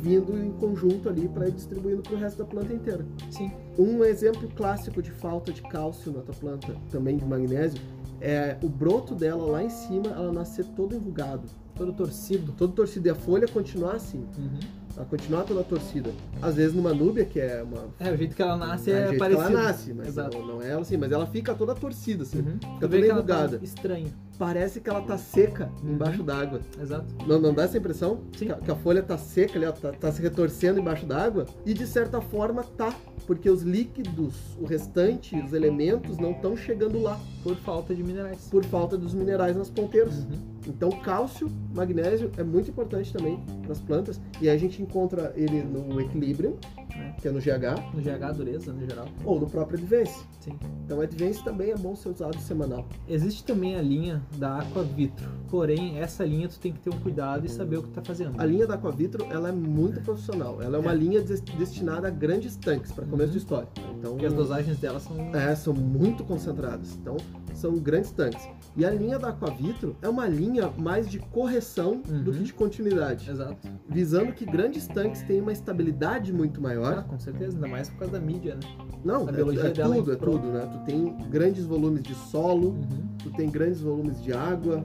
vindo em conjunto ali para ir distribuindo para o resto da planta inteira. Sim. Um exemplo clássico de falta de cálcio na tua planta, também de magnésio, é o broto dela lá em cima, ela nascer todo enrugado, Todo torcido. todo torcido e a folha continuar assim, Uhum. ela continuar toda torcida. Às vezes numa núbia, que é uma É, o jeito que ela nasce é o é, jeito que parecido. ela nasce, mas Exato. não, não é ela assim, mas ela fica toda torcida assim. Uhum. Tu Fica vê toda que ela tá enrugada. estranha. Parece que ela tá seca Uhum. embaixo d'água. Exato. Não, não dá essa impressão? Sim. Que a, que a folha tá seca ali, ó, tá, tá se retorcendo embaixo d'água? E de certa forma tá, porque os líquidos, o restante, os elementos não estão chegando lá Por falta de minerais. por falta dos minerais nas ponteiras. Uhum. Então, cálcio, magnésio é muito importante também para as plantas e a gente encontra ele no equilíbrio, É. que é no GH, No GH, dureza, no geral. ou no próprio Advance. Sim. Então, Advance também é bom ser usado semanal. Existe também a linha da Aqua Vitro. Porém, essa linha tu tem que ter um cuidado e saber o que tu tá fazendo. A linha da Aquavitro, ela é muito profissional. Ela é uma É. linha des- destinada a grandes tanques para começo Uhum. de história. Então, Porque as dosagens dela são. É, são muito concentradas. Então, são grandes tanques. E a linha da Aquavitro é uma linha mais de correção do Uhum. que de continuidade, Exato. visando que grandes tanques têm uma estabilidade muito Ah, maior. com certeza, ainda mais por causa da mídia, né? Não, a é, biologia é dela é tudo, é pro- tudo, né? Tu tem grandes volumes de solo, Uhum. tu tem grandes volumes de água.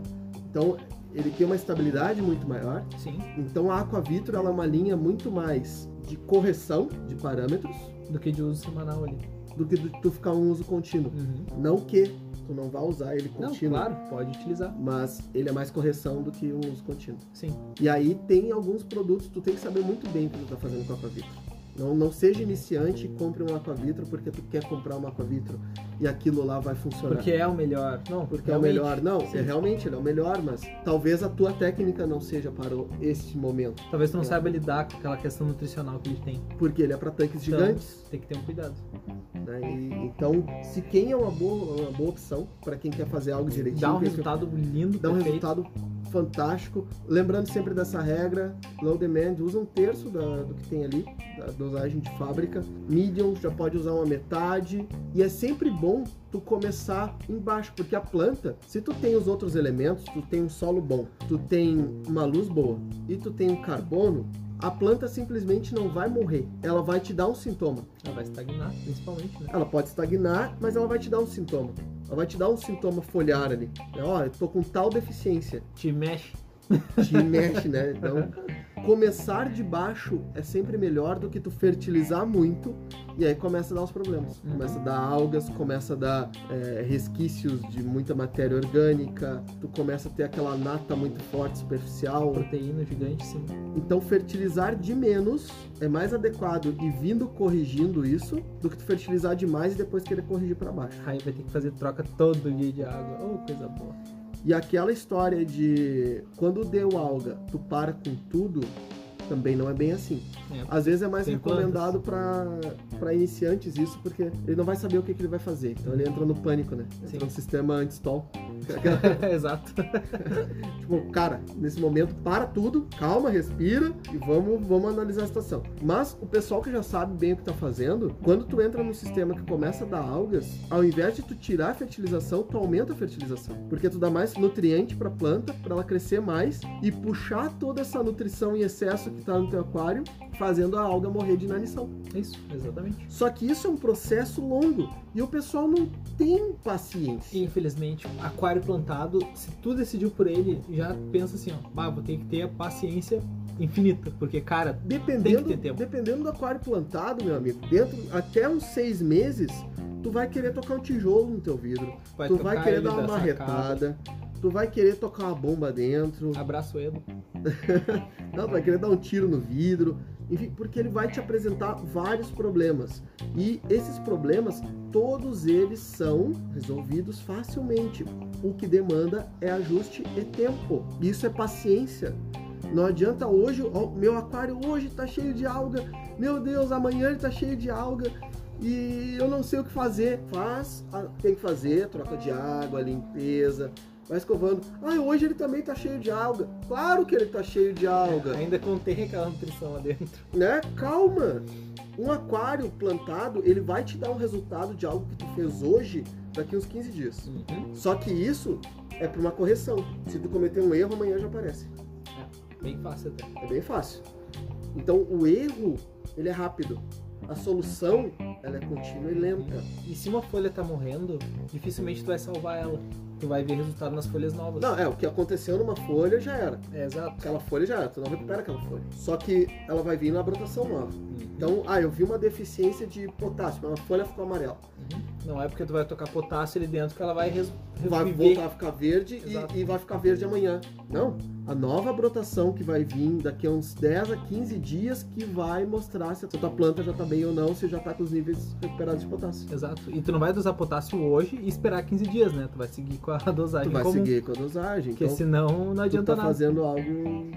Então, ele tem uma estabilidade muito maior. Sim. Então, a Aquavitro ela é uma linha muito mais de correção de parâmetros Do que de uso semanal ali. do que de tu ficar um uso contínuo. Uhum. Não que tu não vá usar ele Não, contínuo. claro, pode utilizar. mas ele é mais correção do que um uso contínuo. Sim. E aí tem alguns produtos, tu tem que saber muito bem o que tu tá fazendo com a Aquavitro. Não, não seja iniciante e compre um Aquavitro porque tu quer comprar um Aquavitro e aquilo lá vai funcionar. Porque é o melhor. Não, Porque é o realmente. melhor. Não, Sim. é realmente ele é o melhor, mas talvez a tua técnica não seja para o- este momento. Talvez tu não saiba lidar com aquela questão nutricional que ele tem. Porque ele é para tanques Então, gigantes. Tem que ter um cuidado. né? E- então, se quem é uma boa, uma boa opção para quem quer fazer algo direitinho, Dá um quem quer- resultado lindo, dá um perfeito. resultado fantástico. Lembrando sempre dessa regra, low demand usa um terço da- do que tem ali, da dosagem de fábrica. Medium já pode usar uma metade. E é sempre bom tu começar embaixo, porque a planta, se tu tem os outros elementos, tu tem um solo bom, tu tem uma luz boa e tu tem um carbono, a planta simplesmente não vai morrer. Ela vai te dar um sintoma. Ela vai estagnar, principalmente, né? Ela pode estagnar, mas ela vai te dar um sintoma. Ela vai te dar um sintoma foliar ali. É, Ó, eu tô com tal deficiência. Te mexe. Te mexe, né? Então, começar de baixo é sempre melhor do que tu fertilizar muito e aí começa a dar os problemas. Uhum. Começa a dar algas, começa a dar é, resquícios de muita matéria orgânica, tu começa a ter aquela nata muito forte, superficial. Proteína gigante, sim. Então, fertilizar de menos é mais adequado e vindo corrigindo isso do que tu fertilizar demais e depois querer corrigir para baixo. Aí vai ter que fazer troca todo dia de água. Oh, coisa boa. E aquela história de quando deu alga, tu para com tudo, também não é bem assim. É. Às vezes é mais Tem recomendado para iniciantes isso, porque ele não vai saber o que, que ele vai fazer. Então ele entra no pânico, né? Entra Sim. no sistema anti-stall. Exato. Tipo, cara, nesse momento para tudo, calma, respira e vamos, vamos analisar a situação. Mas o pessoal que já sabe bem o que tá fazendo, quando tu entra num sistema que começa a dar algas, ao invés de tu tirar a fertilização, tu aumenta a fertilização, porque tu dá mais nutriente pra planta, pra ela crescer mais e puxar toda essa nutrição em excesso que tá no teu aquário, fazendo a alga morrer de inanição. É Isso, exatamente. Só que isso é um processo longo e o pessoal não tem paciência. Infelizmente, aquário plantado, se tu decidiu por ele, já pensa assim, ó, bah, vou ter que ter a paciência infinita, porque, cara, Dependendo, Tem que ter tempo. dependendo do aquário plantado, meu amigo, dentro até uns seis meses, tu vai querer tocar um tijolo no teu vidro, vai tu tocar vai querer ele dar uma da sacada. marretada, tu vai querer tocar uma bomba dentro, Abraço, Edo. não, tu vai querer dar um tiro no vidro, enfim, porque ele vai te apresentar vários problemas. E esses problemas, todos eles são resolvidos facilmente. O que demanda é ajuste e tempo. Isso é paciência. Não adianta hoje, ó, meu aquário hoje tá cheio de alga, meu Deus, amanhã ele tá cheio de alga e eu não sei o que fazer. Faz, a- tem que fazer, troca de água, limpeza, vai escovando. Ah, hoje ele também tá cheio de alga. Claro que ele tá cheio de alga Ainda contei aquela nutrição lá dentro. né? Calma. Um aquário plantado, ele vai te dar um resultado de algo que tu fez hoje daqui uns 15 dias. Uhum. Só que isso é para uma correção. Se tu cometer um erro, amanhã já aparece. Bem fácil até. É bem fácil. Então, o erro, ele é rápido. A solução, ela é contínua e lenta. E se uma folha tá morrendo, dificilmente tu vai salvar ela. Tu vai ver resultado nas folhas novas. Não, é, o que aconteceu numa folha já era. É, exato. Aquela folha já era, tu não recupera aquela folha. Só que ela vai vir na brotação nova. Então, ah, eu vi uma deficiência de potássio, mas a folha ficou amarela. Uhum. Não é porque tu vai tocar potássio ali dentro que ela vai res- vai reviver. voltar a ficar verde Exato. e, e vai ficar verde amanhã. Não. A nova brotação que vai vir daqui a uns 10 a 15 dias que vai mostrar se a tua planta já tá bem ou não, se já tá com os níveis recuperados de potássio. Exato. E tu não vai dosar potássio hoje e esperar 15 dias, né? Tu vai seguir com a Tu dosagem vai comum. seguir com a dosagem. Porque Então, senão não tu adianta tá nada. fazendo algo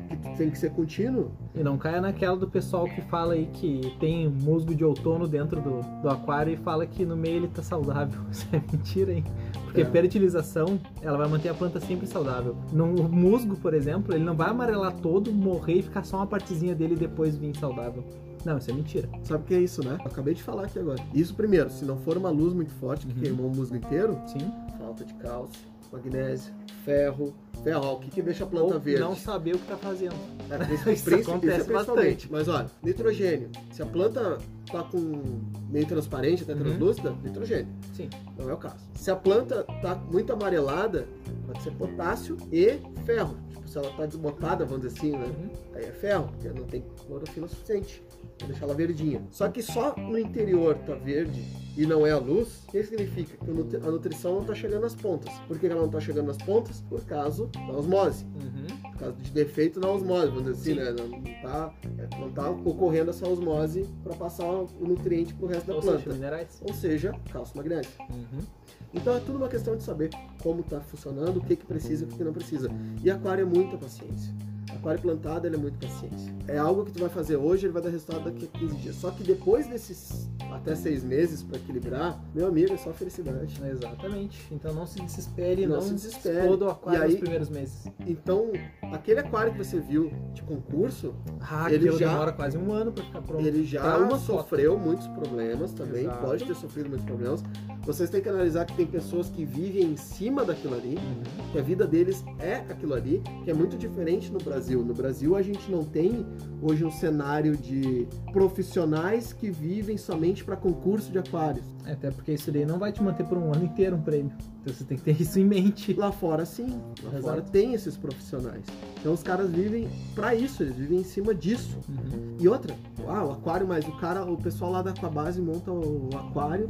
que tu tem que ser contínuo. E não caia naquela do pessoal que fala aí que tem musgo de outono dentro do, do aquário e fala que no meio ele tá saudável. Isso é mentira, hein? Porque É. fertilização, ela vai manter a planta sempre saudável. Num- O musgo, por exemplo, ele não vai amarelar todo, morrer e ficar só uma partezinha dele e depois vir saudável. Não, isso é mentira. Sabe o que é isso, né? Eu acabei de falar aqui agora. Isso primeiro, se não for uma luz muito forte que Uhum. queimou o musgo inteiro, Sim. falta de cálcio, magnésio, ferro. Ferro, ó, o que, que deixa a planta Ou verde? não saber o que tá fazendo. É, principalmente- Isso acontece isso principalmente. é Mas olha, nitrogênio. Se a planta tá com meio transparente, até Uhum. translúcida, nitrogênio. Sim. Não é o caso. Se a planta tá muito amarelada, pode ser potássio e ferro. Tipo, se ela tá desbotada, vamos dizer assim, né? Uhum. Aí é ferro, porque não tem clorofila suficiente. Vou deixar ela verdinha. Só que só no interior tá verde e não é a luz, o que significa? Que o nutri- a nutrição não tá chegando nas pontas. Por que ela não tá chegando nas pontas? Por causa da osmose Uhum. por causa de defeito na osmose, vamos dizer assim, Sim. né? Não tá, é, não tá ocorrendo essa osmose para passar o nutriente pro resto da Ou planta. seja, né? minerais. Ou seja, cálcio magnésio. Uhum. Então é tudo uma questão de saber como tá funcionando, o que que precisa e o que que não precisa. E aquário é muita paciência. Aquário plantado, ele é muito paciência. É algo que tu vai fazer hoje, ele vai dar resultado daqui a 15 dias. Só que depois desses até seis meses para equilibrar, meu amigo, é só felicidade. Exatamente. Então não se desespere, Não não, se se desespere. exploda o aquário E aí- nos primeiros meses. Então, aquele aquário que você viu de concurso, Ah, Ele aquilo já- demora quase um ano pra ficar pronto. ele já Pra uma sofreu muitos problemas também, Exato. pode ter sofrido muitos problemas. Vocês têm que analisar que tem pessoas que vivem em cima daquilo ali, Uhum. que a vida deles é aquilo ali, que é muito diferente no Brasil. No Brasil, a gente não tem hoje um cenário de profissionais que vivem somente para concurso de aquários. É, Até porque isso daí não vai te manter por um ano inteiro um prêmio. Então você tem que ter isso em mente. Lá fora, sim. Lá Exato. fora tem esses profissionais. Então, os caras vivem para isso, eles vivem em cima disso. Uhum. E outra, ah, o aquário, mas o cara, o pessoal lá da Aquabase monta o aquário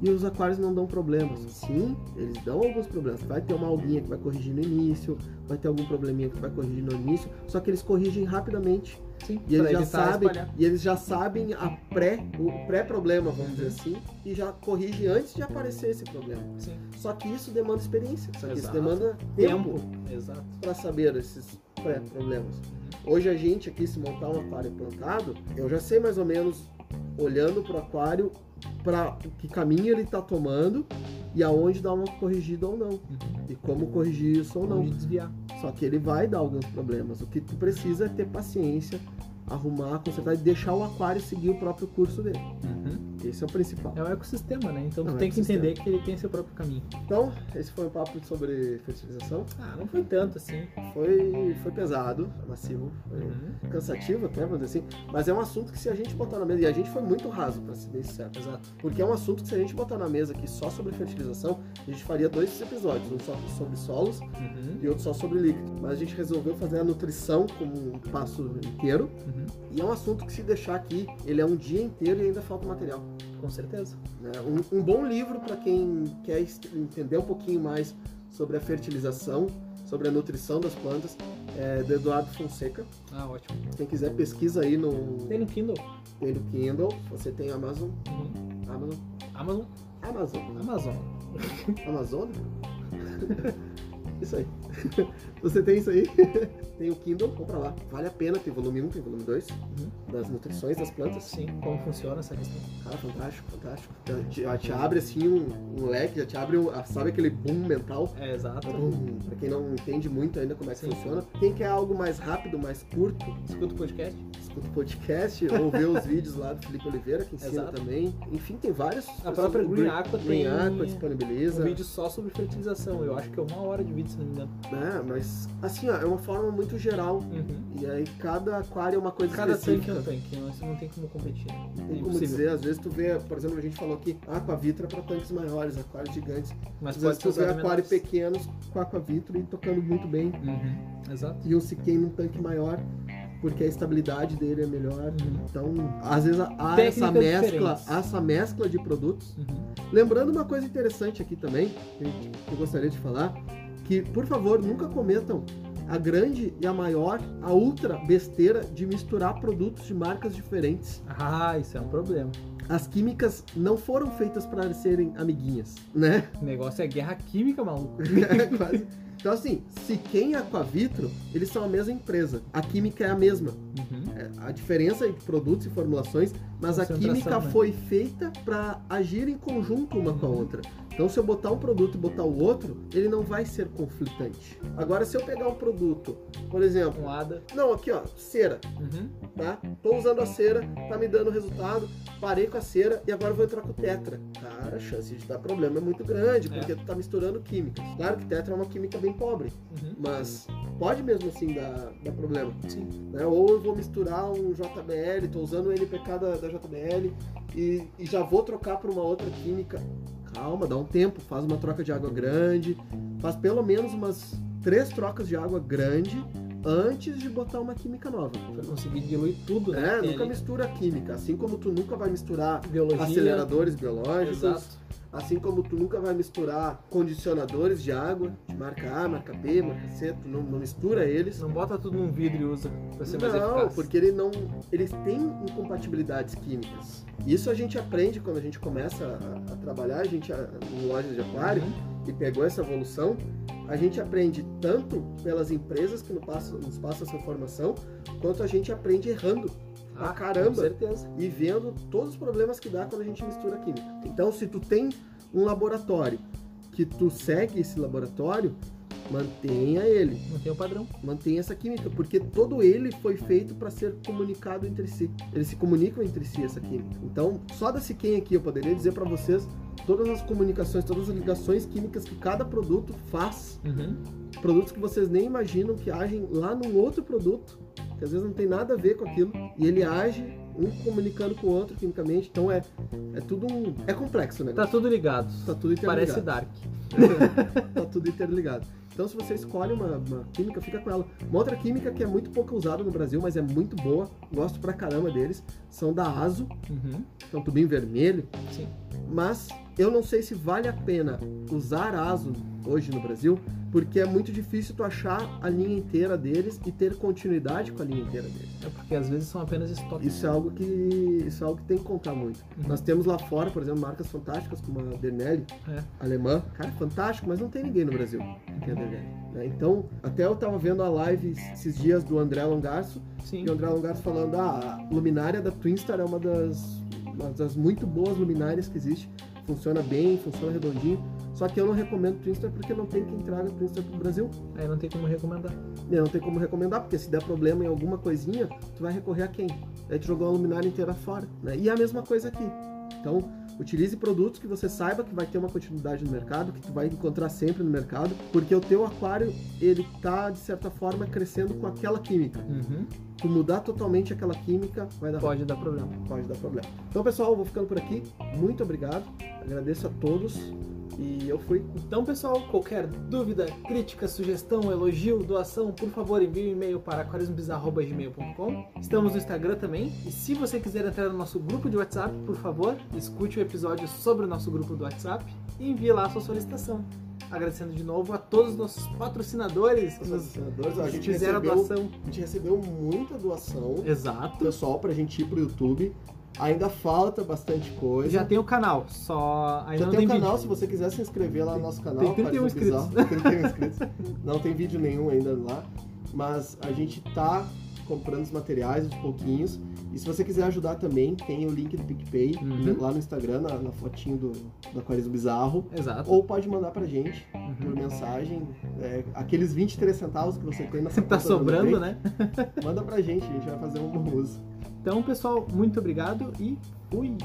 e os aquários não dão problemas. Sim, eles dão alguns problemas. Vai ter uma alguinha que vai corrigir no início, vai ter algum probleminha que vai corrigir no início, só que eles corrigem rapidamente Sim, pra e eles já evitar sabem, espalhar. e eles já sabem a pré, o pré-problema, vamos dizer assim, e já corrigem antes de aparecer esse problema. Sim. Só que isso demanda experiência, só que isso Exato. demanda tempo Tempo. Exato. para saber esses pré-problemas. Hoje a gente aqui, se montar um aquário plantado, eu já sei mais ou menos, olhando para o aquário, para que caminho ele está tomando e aonde dar uma corrigida ou não. Uhum. E como corrigir isso ou não. Onde desviar. Só que ele vai dar alguns problemas. O que tu precisa é ter paciência, arrumar, consertar e deixar o aquário seguir o próprio curso dele. Uhum. Esse é o principal. É um ecossistema, né? Então É um tu tem que ecossistema. entender que ele tem seu próprio caminho. Então, esse foi o papo sobre fertilização. Ah, não foi tanto assim. Foi, foi pesado, massivo. Foi Uhum. cansativo até, vamos dizer assim, mas é um assunto que se a gente botar na mesa, e a gente foi muito raso, pra ser bem sincero, Exato. porque é um assunto que se a gente botar na mesa aqui só sobre fertilização, a gente faria dois episódios, um só sobre solos Uhum. e outro só sobre líquido. Mas a gente resolveu fazer a nutrição como um passo inteiro, Uhum. e é um assunto que se deixar aqui, ele é um dia inteiro e ainda falta material. Com certeza. né? Um, um bom livro para quem quer es- entender um pouquinho mais sobre a fertilização, sobre a nutrição das plantas, é do Eduardo Fonseca. Ah, ótimo. Quem quiser pesquisa aí no Tem no Kindle. tem no Kindle, você tem Amazon, Uhum. Amazon, Amazon. Amazon, Amazon. Amazon? isso aí. Você tem isso aí? tem o Kindle, compra lá. Vale a pena, tem volume 1, tem volume 2, das nutrições das plantas. Sim, como funciona essa questão. Cara, fantástico, fantástico. Já te, já te abre assim um, um leque, já te abre, um, sabe aquele boom mental? É, exato. Boom. Pra quem não entende muito ainda como é que Sim. funciona. Quem quer algo mais rápido, mais curto, Escuta o podcast. escuta o podcast ou vê os vídeos lá do Felipe Oliveira, que ensina Exato. também. Enfim, tem vários. A própria Green Aqua Green tem Aqua um disponibiliza. vídeo só sobre fertilização. Eu acho que é uma hora de vídeo, se não me engano. né? Mas assim, ó, é uma forma muito geral. E aí cada aquário é uma coisa Cada tanque é Uhum. específica. um tanque, não- isso não tem como competir. Não É tem como impossível. dizer, às vezes tu vê, por exemplo, a gente falou aqui, aquavitra para tanques maiores, aquários gigantes. Mas às vezes pode ser tu vê usado aquários menores. pequenos com aquavitra e tocando muito bem. Uhum. Exato. E um siquem num tanque maior, porque a estabilidade dele é melhor. Uhum. Então, às vezes há essa Técnicas mescla, diferentes. há essa mescla de produtos. Uhum. Lembrando uma coisa interessante aqui também, que eu- que eu gostaria de falar, que por favor nunca cometam a grande e a maior, a ultra besteira de misturar produtos de marcas diferentes. Ah, isso é um problema. As químicas não foram feitas para serem amiguinhas, né? O negócio é guerra química, maluco. É, quase. Então assim, se quem é Aquavitro, eles são a mesma empresa. A química é a mesma. Uhum. É, A diferença entre produtos e formulações, mas a Concentração, química né? foi feita para agir em conjunto uma com a Uhum. outra. Então, se eu botar um produto e botar o outro, ele não vai ser conflitante. Agora, se eu pegar um produto, por exemplo, Um ADA. não, aqui ó, cera, Uhum. tá? Tô usando a cera, tá me dando resultado, parei com a cera e agora vou entrar com o tetra. Cara, a chance de dar problema é muito grande, É. porque tu tá misturando químicas. Claro que tetra é uma química bem pobre, Uhum. mas pode mesmo assim dar, dar problema. Sim. Né? Ou eu vou misturar um JBL, tô usando o NPK da, da JBL e, e já vou trocar por uma outra química. Calma, dá um tempo, faz uma troca de água grande, faz pelo menos umas três trocas de água grande antes de botar uma química nova. Pra conseguir diluir tudo, né? É, Tem nunca ali mistura química, assim como tu nunca vai misturar Biologia. aceleradores biológicos, Exato. assim como tu nunca vai misturar condicionadores de água, de marca A, marca B, marca C, tu não, não mistura eles. Não bota tudo num vidro e usa pra ser mais não, eficaz. porque ele não, eles têm incompatibilidades químicas. Isso a gente aprende quando a gente começa a, a trabalhar, a gente a, em lojas de aquário Uhum. e pegou essa evolução. A gente aprende tanto pelas empresas que nos passam, nos passam essa informação, quanto a gente aprende errando. pra Ah, Com caramba certeza. e vendo todos os problemas que dá quando a gente mistura química. Então, se tu tem um laboratório que tu segue esse laboratório, mantenha ele, Não tem o padrão. mantenha essa química, porque todo ele foi feito para ser comunicado entre si. Eles se comunicam entre si essa química. Então, só desse quem aqui eu poderia dizer para vocês todas as comunicações, todas as ligações químicas que cada produto faz produtos que vocês nem imaginam que agem lá num outro produto, que às vezes não tem nada a ver com aquilo, e ele age um comunicando com o outro quimicamente, então é, é tudo um. É complexo o Tá negócio. tudo ligado. Tá, tudo Parece interligado. Dark. tá tudo interligado. Então se você escolhe uma, uma química, fica com ela. Uma outra química que é muito pouco usada no Brasil, mas é muito boa, gosto pra caramba deles, são da Aso, Uhum. que é um tubinho vermelho. Sim. Mas eu não sei se vale a pena usar ASO hoje no Brasil, porque é muito difícil tu achar a linha inteira deles e ter continuidade com a linha inteira deles. É porque às vezes são apenas estoques. Isso é algo que isso é algo que tem que contar muito. Uhum. Nós temos lá fora, por exemplo, marcas fantásticas como a Dernelli, É. alemã. Cara, fantástico, mas não tem ninguém no Brasil que tem a Dernelli. né? Então, até eu tava vendo a live esses dias do André Longarço, Sim. e o André Longarço falando, ah, a luminária da Twinstar é uma das, uma das muito boas luminárias que existe. Funciona bem, funciona redondinho. Só que eu não recomendo Twinstar porque não tem quem traga Twinstar pro Brasil. Aí não tem como recomendar. E Eu não tem como recomendar, porque se der problema em alguma coisinha, tu vai recorrer a quem? Aí tu jogou a luminária inteira fora. né? E é a mesma coisa aqui. Então, utilize produtos que você saiba que vai ter uma continuidade no mercado, que tu vai encontrar sempre no mercado, porque o teu aquário, ele tá, de certa forma, crescendo com aquela química Uhum. tu mudar totalmente aquela química, vai dar pode. Pode dar problema. pode dar problema. Então, pessoal, eu vou ficando por aqui. Muito obrigado. Agradeço a todos. E eu fui. Então, pessoal, qualquer dúvida, crítica, sugestão, elogio, doação, por favor, envie um e-mail para aquarismobizarro.gmail.com. Estamos no Instagram também. E se você quiser entrar no nosso grupo de WhatsApp, por favor, escute o episódio sobre o nosso grupo do WhatsApp e envie lá a sua solicitação. Agradecendo de novo a todos os nossos patrocinadores que nos A gente, fizeram a recebeu, doação. a gente recebeu muita doação, Exato. pessoal, pra gente ir pro YouTube. Ainda falta bastante coisa. Já tem o canal, só ainda Já não tem tem, o canal, vídeo. se você quiser se inscrever lá no nosso canal. tem 31 Parece bizarro. 31 inscritos. Não tem vídeo nenhum ainda lá. Mas a gente tá comprando os materiais de pouquinhos. E se você quiser ajudar também, tem o link do PicPay Uhum. lá no Instagram, na, na fotinho do, do Aquarismo Bizarro. Exato. Ou pode mandar pra gente por Uhum. mensagem. é, aqueles 23 centavos que você tem nessa Tá sobrando, né? Manda pra gente, a gente vai fazer um bom uso. Então, pessoal, muito obrigado e fui!